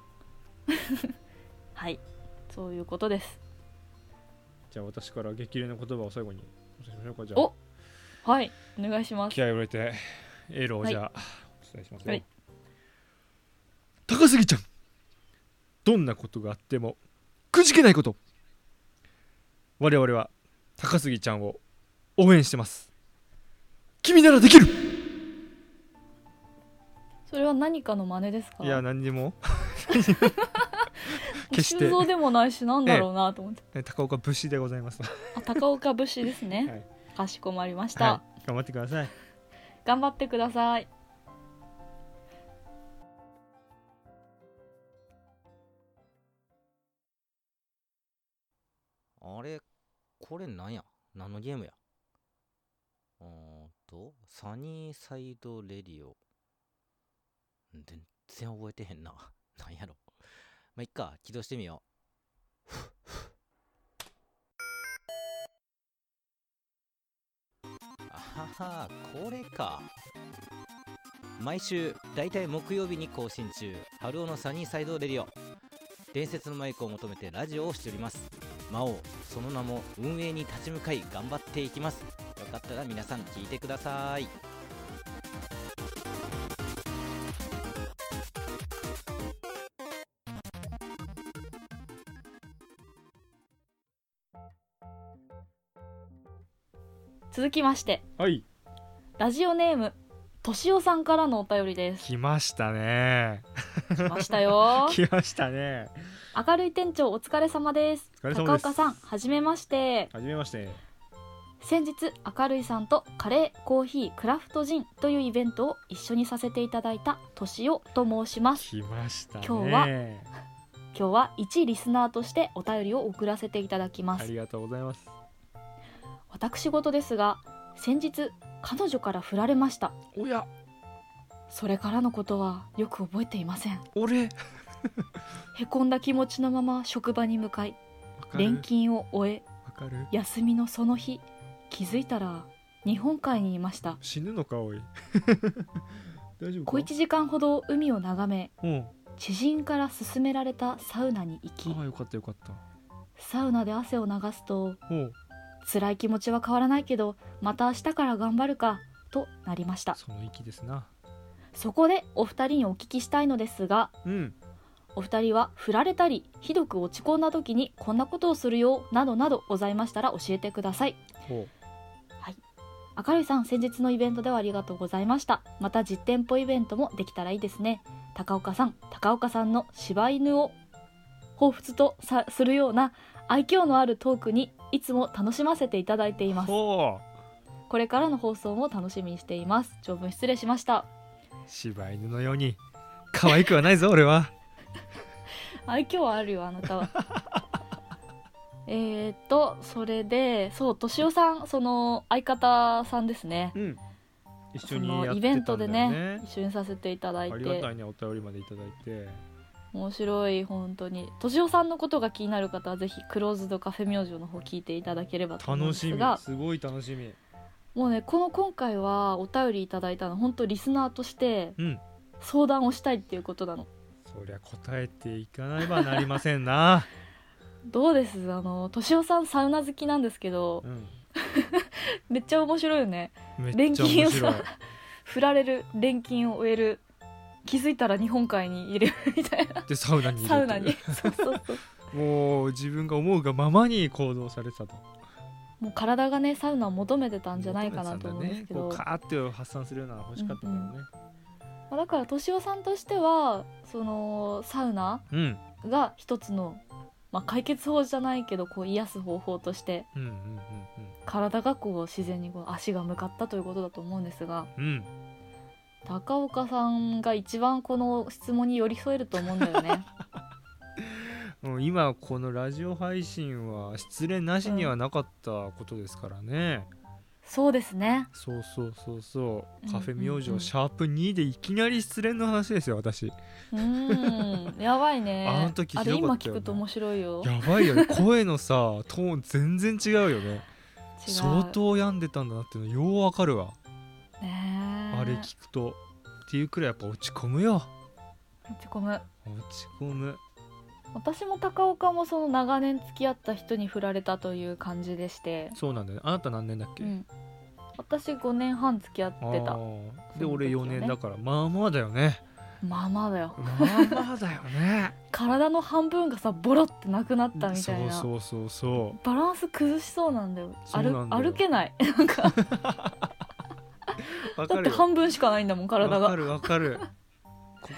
Speaker 1: はい。そういうことです
Speaker 2: じゃあ私から激励の言葉を最後にお伝えしましょうかじゃあ
Speaker 1: おはいお願いします
Speaker 2: 気合を入れてエールをじゃあ、お伝えしますよ、
Speaker 1: はい
Speaker 2: 高杉ちゃんどんなことがあってもくじけないこと我々は高杉ちゃんを応援してます君ならできる
Speaker 1: それは何かの真似ですか
Speaker 2: いや何にも決して
Speaker 1: 修造でもないしなんだろうなと思 って、
Speaker 2: え高岡武士でございます、
Speaker 1: あ高岡節ですね、
Speaker 2: はい
Speaker 1: かしこまりました、
Speaker 2: はい、頑張ってください
Speaker 1: 頑張ってください
Speaker 4: あれこれなんや何のゲームやうーんと、サニーサイドレディオ。全然覚えてへんな。 なんやろ。まあ、いっか、起動してみよう。あはは、これか。毎週、だいたい木曜日に更新中、春尾のサニーサイドレディオ。伝説のマイクを求めてラジオをしております。魔王その名も運営に立ち向かい頑張っていきますよかったら皆さん聞いてください
Speaker 1: 続きまして
Speaker 2: はい
Speaker 1: ラジオネームとしおさんからのお便りです
Speaker 2: 来ましたね
Speaker 1: 来ました よ
Speaker 2: 来ましたね
Speaker 1: 明るい店長お疲れ様です
Speaker 2: お疲れ様です
Speaker 1: 高岡さんはじめまして
Speaker 2: はじめまして
Speaker 1: 先日明るいさんとカレーコーヒークラフトジンというイベントを一緒にさせていただいたとしおと申します
Speaker 2: 来ましたね
Speaker 1: 今日は今日は一リスナーとしてお便りを送らせていただきま
Speaker 2: あ
Speaker 1: す
Speaker 2: りがとうございます
Speaker 1: 私事ですが先日彼女から振られました
Speaker 2: おや
Speaker 1: それからのことはよく覚えていません
Speaker 2: 俺
Speaker 1: へこんだ気持ちのまま職場に向かい
Speaker 2: わかる
Speaker 1: 錬金を終え
Speaker 2: わかる
Speaker 1: 休みのその日気づいたら日本海にいました
Speaker 2: 死ぬのかおい 大丈夫か
Speaker 1: 小1時間ほど海を眺め
Speaker 2: うん
Speaker 1: 知人から勧められたサウナに行き
Speaker 2: ああよかったよかった
Speaker 1: サウナで汗を流すと
Speaker 2: おう
Speaker 1: 辛い気持ちは変わらないけどまた明日から頑張るかとなりました
Speaker 2: その息ですな
Speaker 1: そこでお二人にお聞きしたいのですが
Speaker 2: うん
Speaker 1: お二人は振られたりひどく落ち込んだ時にこんなことをするよなどなどございましたら教えてください
Speaker 2: おう
Speaker 1: 明るいさん先日のイベントではありがとうございましたまた実店舗イベントもできたらいいですね高岡さん高岡さんの柴犬を彷彿とさするような愛嬌のあるトークにいつも楽しませていただいています
Speaker 2: おう
Speaker 1: これからの放送も楽しみにしています長文失礼しました
Speaker 2: 柴犬のように可愛くはないぞ 俺は
Speaker 1: 愛嬌はあるよあなたはえーっとそれでそう敏夫さんその相方さんですね
Speaker 2: うん一緒
Speaker 1: そ
Speaker 2: にやってたんだ
Speaker 1: の
Speaker 2: よ、ね、
Speaker 1: イベントでね一緒にさせていただい
Speaker 2: ありがた
Speaker 1: て
Speaker 2: いねお便りまでいただいて
Speaker 1: 面白い本当に敏夫さんのことが気になる方はぜひクローズドカフェ明星の方聞いていただければと思うん
Speaker 2: 楽
Speaker 1: で
Speaker 2: し
Speaker 1: す
Speaker 2: み
Speaker 1: が
Speaker 2: すごい楽しみ
Speaker 1: もうねこの今回はお便りいただいたの本当リスナーとして
Speaker 2: うん
Speaker 1: 相談をしたいっていうことなの
Speaker 2: そりゃ答えていかないばなりませんな、
Speaker 1: どうですあの敏夫さんサウナ好きなんですけど
Speaker 2: うん、
Speaker 1: めっちゃ面白いよね
Speaker 2: めっちゃ
Speaker 1: 錬金
Speaker 2: 面
Speaker 1: を
Speaker 2: 白い
Speaker 1: さ振られる錬金を終える気づいたら日本海にいるみたいな
Speaker 2: でサウナにいると
Speaker 1: サウナにそうそうそう
Speaker 2: もう自分が思うがままに行動されてたと
Speaker 1: もう体がねサウナを求めてたんじゃないかなと思うんですけど
Speaker 2: 求めてたんだね、こうカーって発散するようなのが欲しかったんだろうね
Speaker 1: まあだから敏夫さんとしてはそのサウナ
Speaker 2: うん、うん
Speaker 1: が一つの、まあ、解決法じゃないけどこう癒す方法として
Speaker 2: うんうん
Speaker 1: 体がこう自然にこう足が向かったということだと思うんですが
Speaker 2: うんうん
Speaker 1: 高岡さんが一番この質問に寄り添えると思うんだよね。
Speaker 2: もう今このラジオ配信は失恋なしにはなかったことですからね、
Speaker 1: そうですね
Speaker 2: そうそうそうそう
Speaker 1: うん
Speaker 2: カフェ明星
Speaker 1: うんうん
Speaker 2: シャープ2でいきなり失恋の話ですよ私や
Speaker 1: うーんやばいね
Speaker 2: あの時
Speaker 1: あ
Speaker 2: ひ
Speaker 1: れ
Speaker 2: ど
Speaker 1: 今
Speaker 2: かったよね
Speaker 1: 聞くと面白いよ
Speaker 2: ばいよね声のさトーン全然違うよね
Speaker 1: 違う
Speaker 2: 相当病んでたんだなっていうのようわかるわ
Speaker 1: ねえ
Speaker 2: あれ聞くとっていうくらいやっぱ落ち込むよ
Speaker 1: 落ち込む
Speaker 2: 落ち込む
Speaker 1: 私も高岡もその長年付き合った人に振られたという感じでして、
Speaker 2: そうなんだよねあなた何年だっけ、
Speaker 1: うん、私5年半付き合っ
Speaker 2: あ
Speaker 1: てたその時は
Speaker 2: ー
Speaker 1: ね
Speaker 2: で俺4年だから、まあまあだよね
Speaker 1: まあまあだよ
Speaker 2: まあまあだよ ね
Speaker 1: 体の半分がさボロってなくなったみたいな
Speaker 2: そうそうそうそ
Speaker 1: バランス崩しそうなんだよ
Speaker 2: そうなんだよ
Speaker 1: 歩歩けない
Speaker 2: うわ
Speaker 1: だ
Speaker 2: か
Speaker 1: って
Speaker 2: るよ
Speaker 1: 半分しかないんだもん体
Speaker 2: わか
Speaker 1: が
Speaker 2: るわかる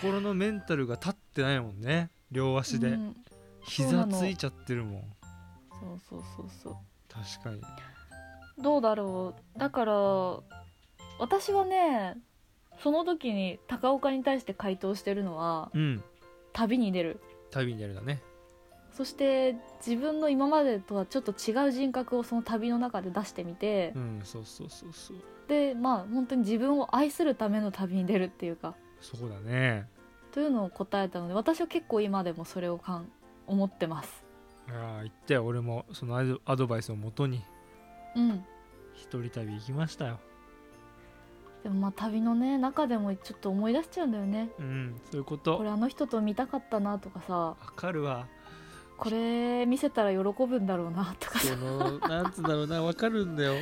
Speaker 2: 心のメンタルが立ってないもんね両足で、
Speaker 1: うんそう
Speaker 2: 膝
Speaker 1: なの
Speaker 2: ついちゃってるもん
Speaker 1: そうそうそうそう
Speaker 2: 確かに
Speaker 1: どうだろうだから私はねその時に高岡に対して回答してるのは
Speaker 2: うん
Speaker 1: 旅に出る
Speaker 2: 旅に出るだね
Speaker 1: そして自分の今までとはちょっと違う人格をその旅の中で出してみて
Speaker 2: う、んそうそうそうそう
Speaker 1: でまあ本当に自分を愛するための旅に出るっていうか
Speaker 2: そうだね
Speaker 1: というのを答えたので私は結構今でもそれをかん思ってます
Speaker 2: ああ言ったよ俺もそのアドアドバイスをもとに
Speaker 1: うん
Speaker 2: 一人旅行きましたよ
Speaker 1: でもまあ旅のね中でもちょっと思い出しちゃうんだよね
Speaker 2: うんそういうこ
Speaker 1: ことれあの人と見たかったなとかさ
Speaker 2: わかるわ
Speaker 1: これ見せたら喜ぶんだろうなとかさ
Speaker 2: そのなんつうんだろうなわかる んだよ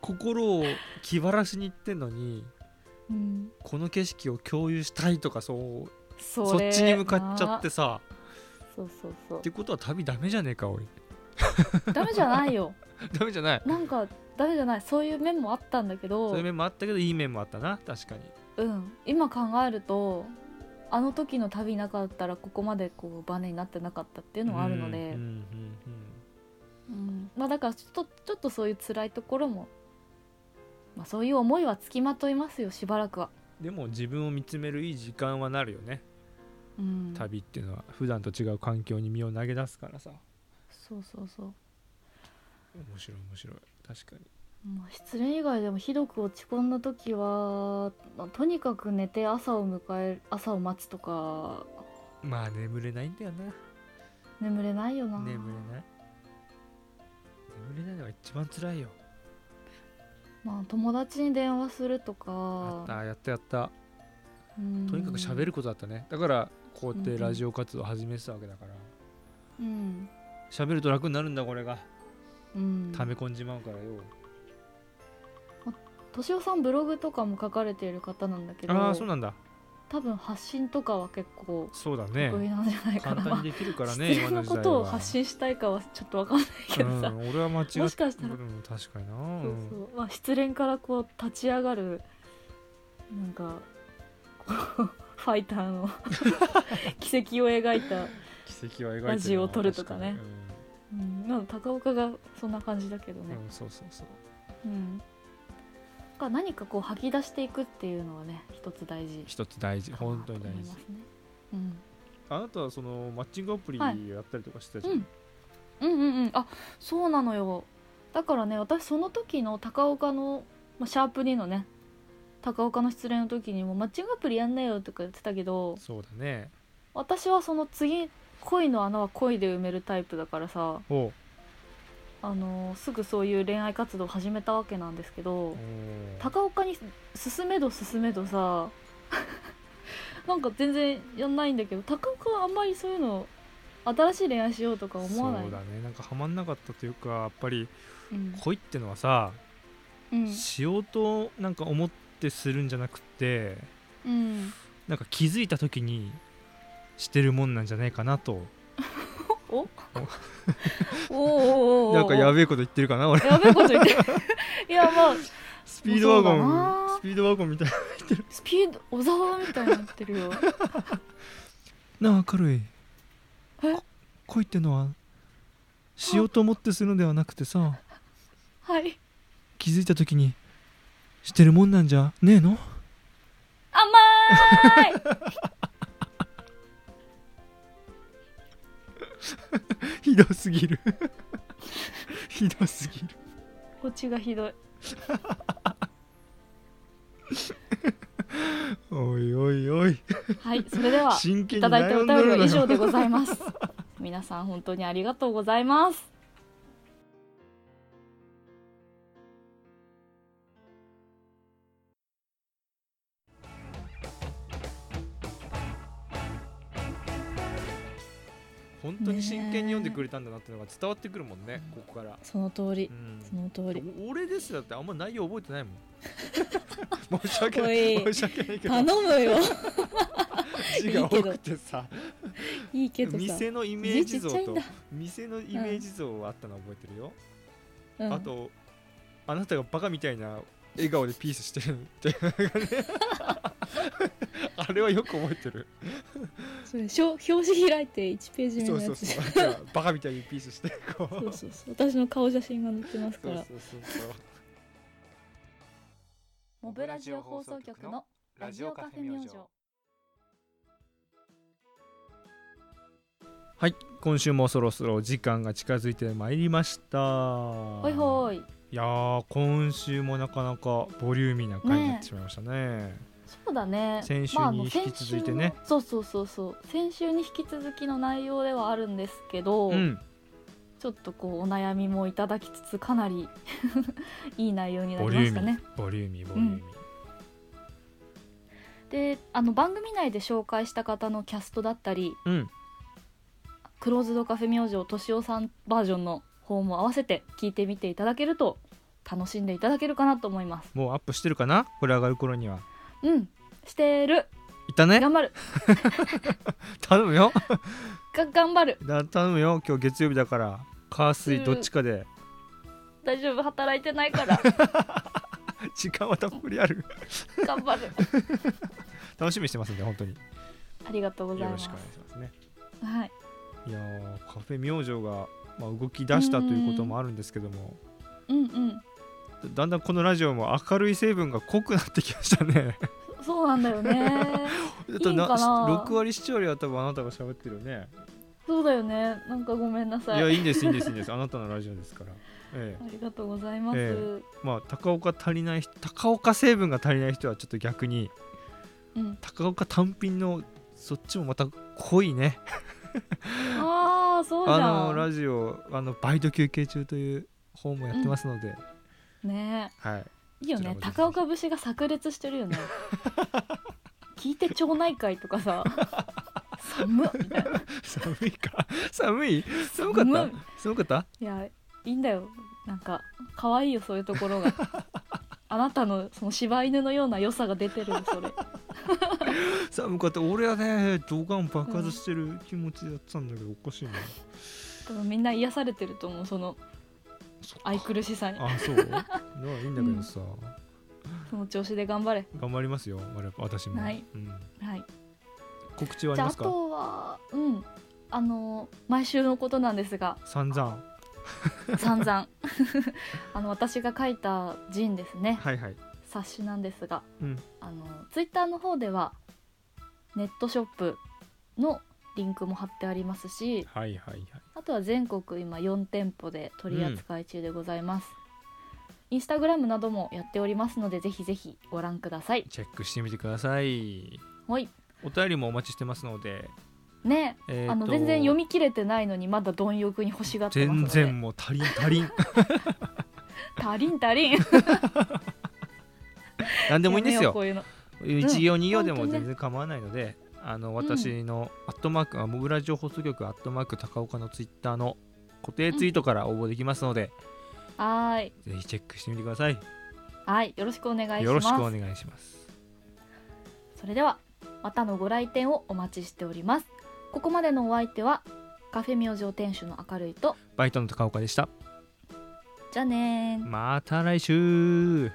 Speaker 2: 心を気晴らしに行ってんのに
Speaker 1: うん
Speaker 2: この景色を共有したいとかそうそ
Speaker 1: それ
Speaker 2: っちに向かっちゃってさ
Speaker 1: なそうそうそ
Speaker 2: ってことは旅ダメじゃねえかおい
Speaker 1: うダメじゃないよ
Speaker 2: ダメじゃない
Speaker 1: なんかダメじゃないそういう面もあったんだけど
Speaker 2: そういう面もあったけどいい面もあったな確かに
Speaker 1: うん、今考えるとあの時の旅なかったらここまでこうバネになってなかったっていうのはあるので、
Speaker 2: う
Speaker 1: うんん
Speaker 2: うんうん
Speaker 1: まあ、だからちょっとちょっとそういう辛いところも、まあ、そういう思いはつきまといますよしばらくは。
Speaker 2: うんでも自分を見つめるいい時間はなるよね
Speaker 1: うん、
Speaker 2: 旅っていうのは普段と違う環境に身を投げ出すからさ
Speaker 1: そうそうそう、
Speaker 2: 面白い面白い確かに
Speaker 1: まあ、失恋以外でもひどく落ち込んだ時は、まあとにかく寝て朝を迎え朝を待つとか
Speaker 2: まあ眠れないんだよな
Speaker 1: 眠れないよな
Speaker 2: 眠れない眠れないのが一番辛いよ
Speaker 1: まあ、友達に電話するとか
Speaker 2: あったやったやった
Speaker 1: うん
Speaker 2: とにかく喋ることだったねだからこうやっ
Speaker 1: うん
Speaker 2: て
Speaker 1: うん
Speaker 2: ラジオ活動を始めてたわけだから
Speaker 1: うん、
Speaker 2: 喋ると楽になるんだこれが
Speaker 1: うん、
Speaker 2: 溜め込んじまうからよ
Speaker 1: 敏夫さんブログとかも書かれている方なんだけど
Speaker 2: ああーそうなんだ
Speaker 1: 多分発信とかは結構
Speaker 2: そうだね
Speaker 1: 得意なんじゃないか
Speaker 2: 簡
Speaker 1: な、
Speaker 2: 単にできるから ね
Speaker 1: 失
Speaker 2: 今
Speaker 1: 恋
Speaker 2: の
Speaker 1: の
Speaker 2: 時代
Speaker 1: こ
Speaker 2: は
Speaker 1: とを発信したいかはちょっとわかんないけどさ、
Speaker 2: うん、俺は間違って
Speaker 1: もしかしたら
Speaker 2: うん確かにな
Speaker 1: そうそうまあ、失恋からこう立ち上がるなんかこう ファイター の奇跡を描いた、
Speaker 2: 奇跡を描いてるな
Speaker 1: ラジオを撮るとかね
Speaker 2: 確に
Speaker 1: うん、まあ高岡がそんな感じだけど
Speaker 2: うん
Speaker 1: ね、
Speaker 2: うんそうそうそう
Speaker 1: うん、が何かこう吐き出していくっていうのはね一つ大事
Speaker 2: 一つ大事
Speaker 1: かな
Speaker 2: 本当に大
Speaker 1: と思い
Speaker 2: 事
Speaker 1: ますね、うん
Speaker 2: あなたはそのマッチングアプリを
Speaker 1: はい
Speaker 2: やったりとかしてたじゃん、
Speaker 1: うん、うんうんうんあそうなのよだからね私その時の高岡の、まあ、シャープ D のね高岡の失恋の時にもマッチングアプリやんなよとか言ってたけど
Speaker 2: そうだね
Speaker 1: 私はその次恋の穴は恋で埋めるタイプだからさ
Speaker 2: おう
Speaker 1: あのすぐそういう恋愛活動を始めたわけなんですけど
Speaker 2: おー
Speaker 1: 高岡に進めど進めどさ なんか全然やんないんだけど高岡はあんまりそういうの新しい恋愛しようとか思わない
Speaker 2: そうだねなんかハマんなかったというかやっぱり
Speaker 1: うん
Speaker 2: 恋ってのはさ、
Speaker 1: うん
Speaker 2: しようとなんか思ってするんじゃなくって
Speaker 1: うん
Speaker 2: なんか気づいた時にしてるもんなんじゃないかなと
Speaker 1: おおーおーおーおー
Speaker 2: なんかやべえこと言ってるかな 俺
Speaker 1: やべえこと言ってるいやまあ
Speaker 2: スピードワゴ
Speaker 1: そうだ
Speaker 2: ン
Speaker 1: な
Speaker 2: スピードワゴンみたい
Speaker 1: スピード小沢みたいになってるよ
Speaker 2: ななあ明るい
Speaker 1: え
Speaker 2: こ恋ってのはしようと思ってするのではなくてさ
Speaker 1: はい
Speaker 2: 気づいた時にしてるもんなんじゃねえの
Speaker 1: 甘い
Speaker 2: ひどすぎる ひどすぎる
Speaker 1: こっちがひどい
Speaker 2: おいおいおい
Speaker 1: はいそれでは
Speaker 2: 真剣
Speaker 1: い
Speaker 2: に
Speaker 1: ただいた
Speaker 2: 悩
Speaker 1: お
Speaker 2: んだ
Speaker 1: 便り
Speaker 2: る
Speaker 1: は
Speaker 2: な
Speaker 1: 以上でございます皆さん本当にありがとうございます
Speaker 2: 本当に真剣に読んでくれたんだなってのが伝わってくるもんねここから、
Speaker 1: その通り
Speaker 2: う、ん、
Speaker 1: その通り
Speaker 2: お俺ですだってあんま内容覚えてない もん申し訳な
Speaker 1: お
Speaker 2: い
Speaker 1: い
Speaker 2: 申し訳ないけど
Speaker 1: 頼む よ
Speaker 2: 字が多くてさ
Speaker 1: いいけどさ、
Speaker 2: 店のイメージ像
Speaker 1: 字ちっちゃいん
Speaker 2: と
Speaker 1: だ
Speaker 2: 店のイメージ像はあったの覚えてるよ、
Speaker 1: うん、
Speaker 2: あとあなたがバカみたいな笑顔でピースしてるっていうのがね あれはよく覚えてる
Speaker 1: それしょ表紙開いて1ページ目
Speaker 2: そう
Speaker 1: のや
Speaker 2: そう
Speaker 1: つ
Speaker 2: そうだからバカみたいにピースしてこう
Speaker 1: そうそうそう私の顔写真が載ってます
Speaker 2: そ
Speaker 1: か
Speaker 2: う
Speaker 1: ら
Speaker 2: そうそうそう
Speaker 1: モブラジオ放送局のラジオカフェ明星
Speaker 2: はい今週もそろそろ時間が近づいてまいりました
Speaker 1: ほいほい
Speaker 2: いやー今週もなかなかボリューミーな回になってしまいましたね
Speaker 1: そうだね
Speaker 2: 先週に
Speaker 1: まああの
Speaker 2: 引き続いてね
Speaker 1: 先週のそうそうそうそう先週に引き続きの内容ではあるんですけど、
Speaker 2: うん
Speaker 1: ちょっとこうお悩みもいただきつつかなり いい内容になり
Speaker 2: ボ
Speaker 1: ま
Speaker 2: リュー
Speaker 1: し
Speaker 2: ミ
Speaker 1: た
Speaker 2: ー
Speaker 1: ね
Speaker 2: ボリューミーボリューミー、
Speaker 1: であの番組内で紹介した方のキャストだったり
Speaker 2: うん、
Speaker 1: クローズドカフェ明星としおさんバージョンの方も合わせて聞いてみていただけると楽しんでいただけるかなと思います
Speaker 2: もうアップしてるかなこれ上がる頃には
Speaker 1: うんしてる
Speaker 2: いったね
Speaker 1: 頑張る
Speaker 2: 頼むよ
Speaker 1: が頑張る
Speaker 2: だ頼むよ今日月曜日だから火水どっちかで、
Speaker 1: 大丈夫働いてない から
Speaker 2: 時間はたっぷりある
Speaker 1: 頑張る
Speaker 2: 楽しみにしてますんで本当によ
Speaker 1: ありがとうござい
Speaker 2: ろ
Speaker 1: ます
Speaker 2: しくお願いしますね
Speaker 1: はい
Speaker 2: いやーカフェ明星が、まあ、動き出したということもあるんですけども
Speaker 1: うんうん
Speaker 2: だだんだんこのラジオも明るい成分が濃くなってきまし たね
Speaker 1: そうなんだよ ね
Speaker 2: だって
Speaker 1: いいのかな
Speaker 2: 6割視聴量は多分あなたが喋ってるよね
Speaker 1: そうだよねなんかごめんないさい
Speaker 2: や
Speaker 1: あ
Speaker 2: いいんですいいんですいいんですあなたのラジオですから、ええ、
Speaker 1: りがとうございます、
Speaker 2: えまあ高岡足りない人高岡成分が足りない人はちょっと逆に
Speaker 1: うん
Speaker 2: 高岡単品のそっちもまた濃いね
Speaker 1: ああそうじゃん
Speaker 2: あのラジオあのバイト休憩中という方もやってますので、
Speaker 1: ね
Speaker 2: はい
Speaker 1: えいいよね
Speaker 2: こちらもぜひ
Speaker 1: 高岡節が炸裂してるよ ね聞いて町内会とかさ 寒っみたいな
Speaker 2: 寒いか寒い寒かった
Speaker 1: 寒
Speaker 2: 寒かった
Speaker 1: いやいいんだよなんか可愛いよそういうところ があなたのその柴犬のような良さが出てるよそれ
Speaker 2: 寒かった俺はね動画爆発してる気持ちでやってたんだけどおか しいな、
Speaker 1: 多分みんな癒されてると思うその
Speaker 2: そっか
Speaker 1: 愛くるしさに
Speaker 2: あそうならいいんだけどさ、
Speaker 1: その調子で頑張れ
Speaker 2: 頑張りますよ我々私も、
Speaker 1: はい
Speaker 2: うん、
Speaker 1: はい
Speaker 2: 告知はあ
Speaker 1: じ
Speaker 2: り
Speaker 1: ゃあ
Speaker 2: ま
Speaker 1: あ
Speaker 2: すか
Speaker 1: とはうんあの毎週のことなんです が
Speaker 2: 散々
Speaker 1: 散々 あの私が書いた「ジン」ですね
Speaker 2: はいはい
Speaker 1: 冊子なんですが、
Speaker 2: うん
Speaker 1: あのツイッターの方ではネットショップのリンクも貼ってありますし
Speaker 2: はいはいはい
Speaker 1: あとは全国今4店舗で取り扱い中でございます、インスタグラムなどもやっておりますのでぜひぜひご覧ください
Speaker 2: チェックしてみてください
Speaker 1: ほい
Speaker 2: お便りもお待ちしてますので、
Speaker 1: ね
Speaker 2: えーと
Speaker 1: あの全然読み切れてないのにまだ貪欲に欲しがってます
Speaker 2: 全
Speaker 1: ので
Speaker 2: 然もう足りん足りん
Speaker 1: 足りん足りん
Speaker 2: 何 でもいい んです
Speaker 1: やめう
Speaker 2: よ
Speaker 1: こういうの
Speaker 2: 1行2行でも
Speaker 1: 本当ね
Speaker 2: 全然構わないので、あの私のアットマーク、あモグラ情報総局アットマーク高岡のツイッターの固定ツイートから応募できますので、
Speaker 1: はーい
Speaker 2: ぜひチェックしてみてください
Speaker 1: はいよろしくお願いし
Speaker 2: よろしくお
Speaker 1: ま
Speaker 2: 願いします
Speaker 1: すそれではまたのご来店をお待ちしておりますここまでのお相手はカフェ明星店主の明るいと
Speaker 2: バイトの高岡でした
Speaker 1: じゃあねー
Speaker 2: また来週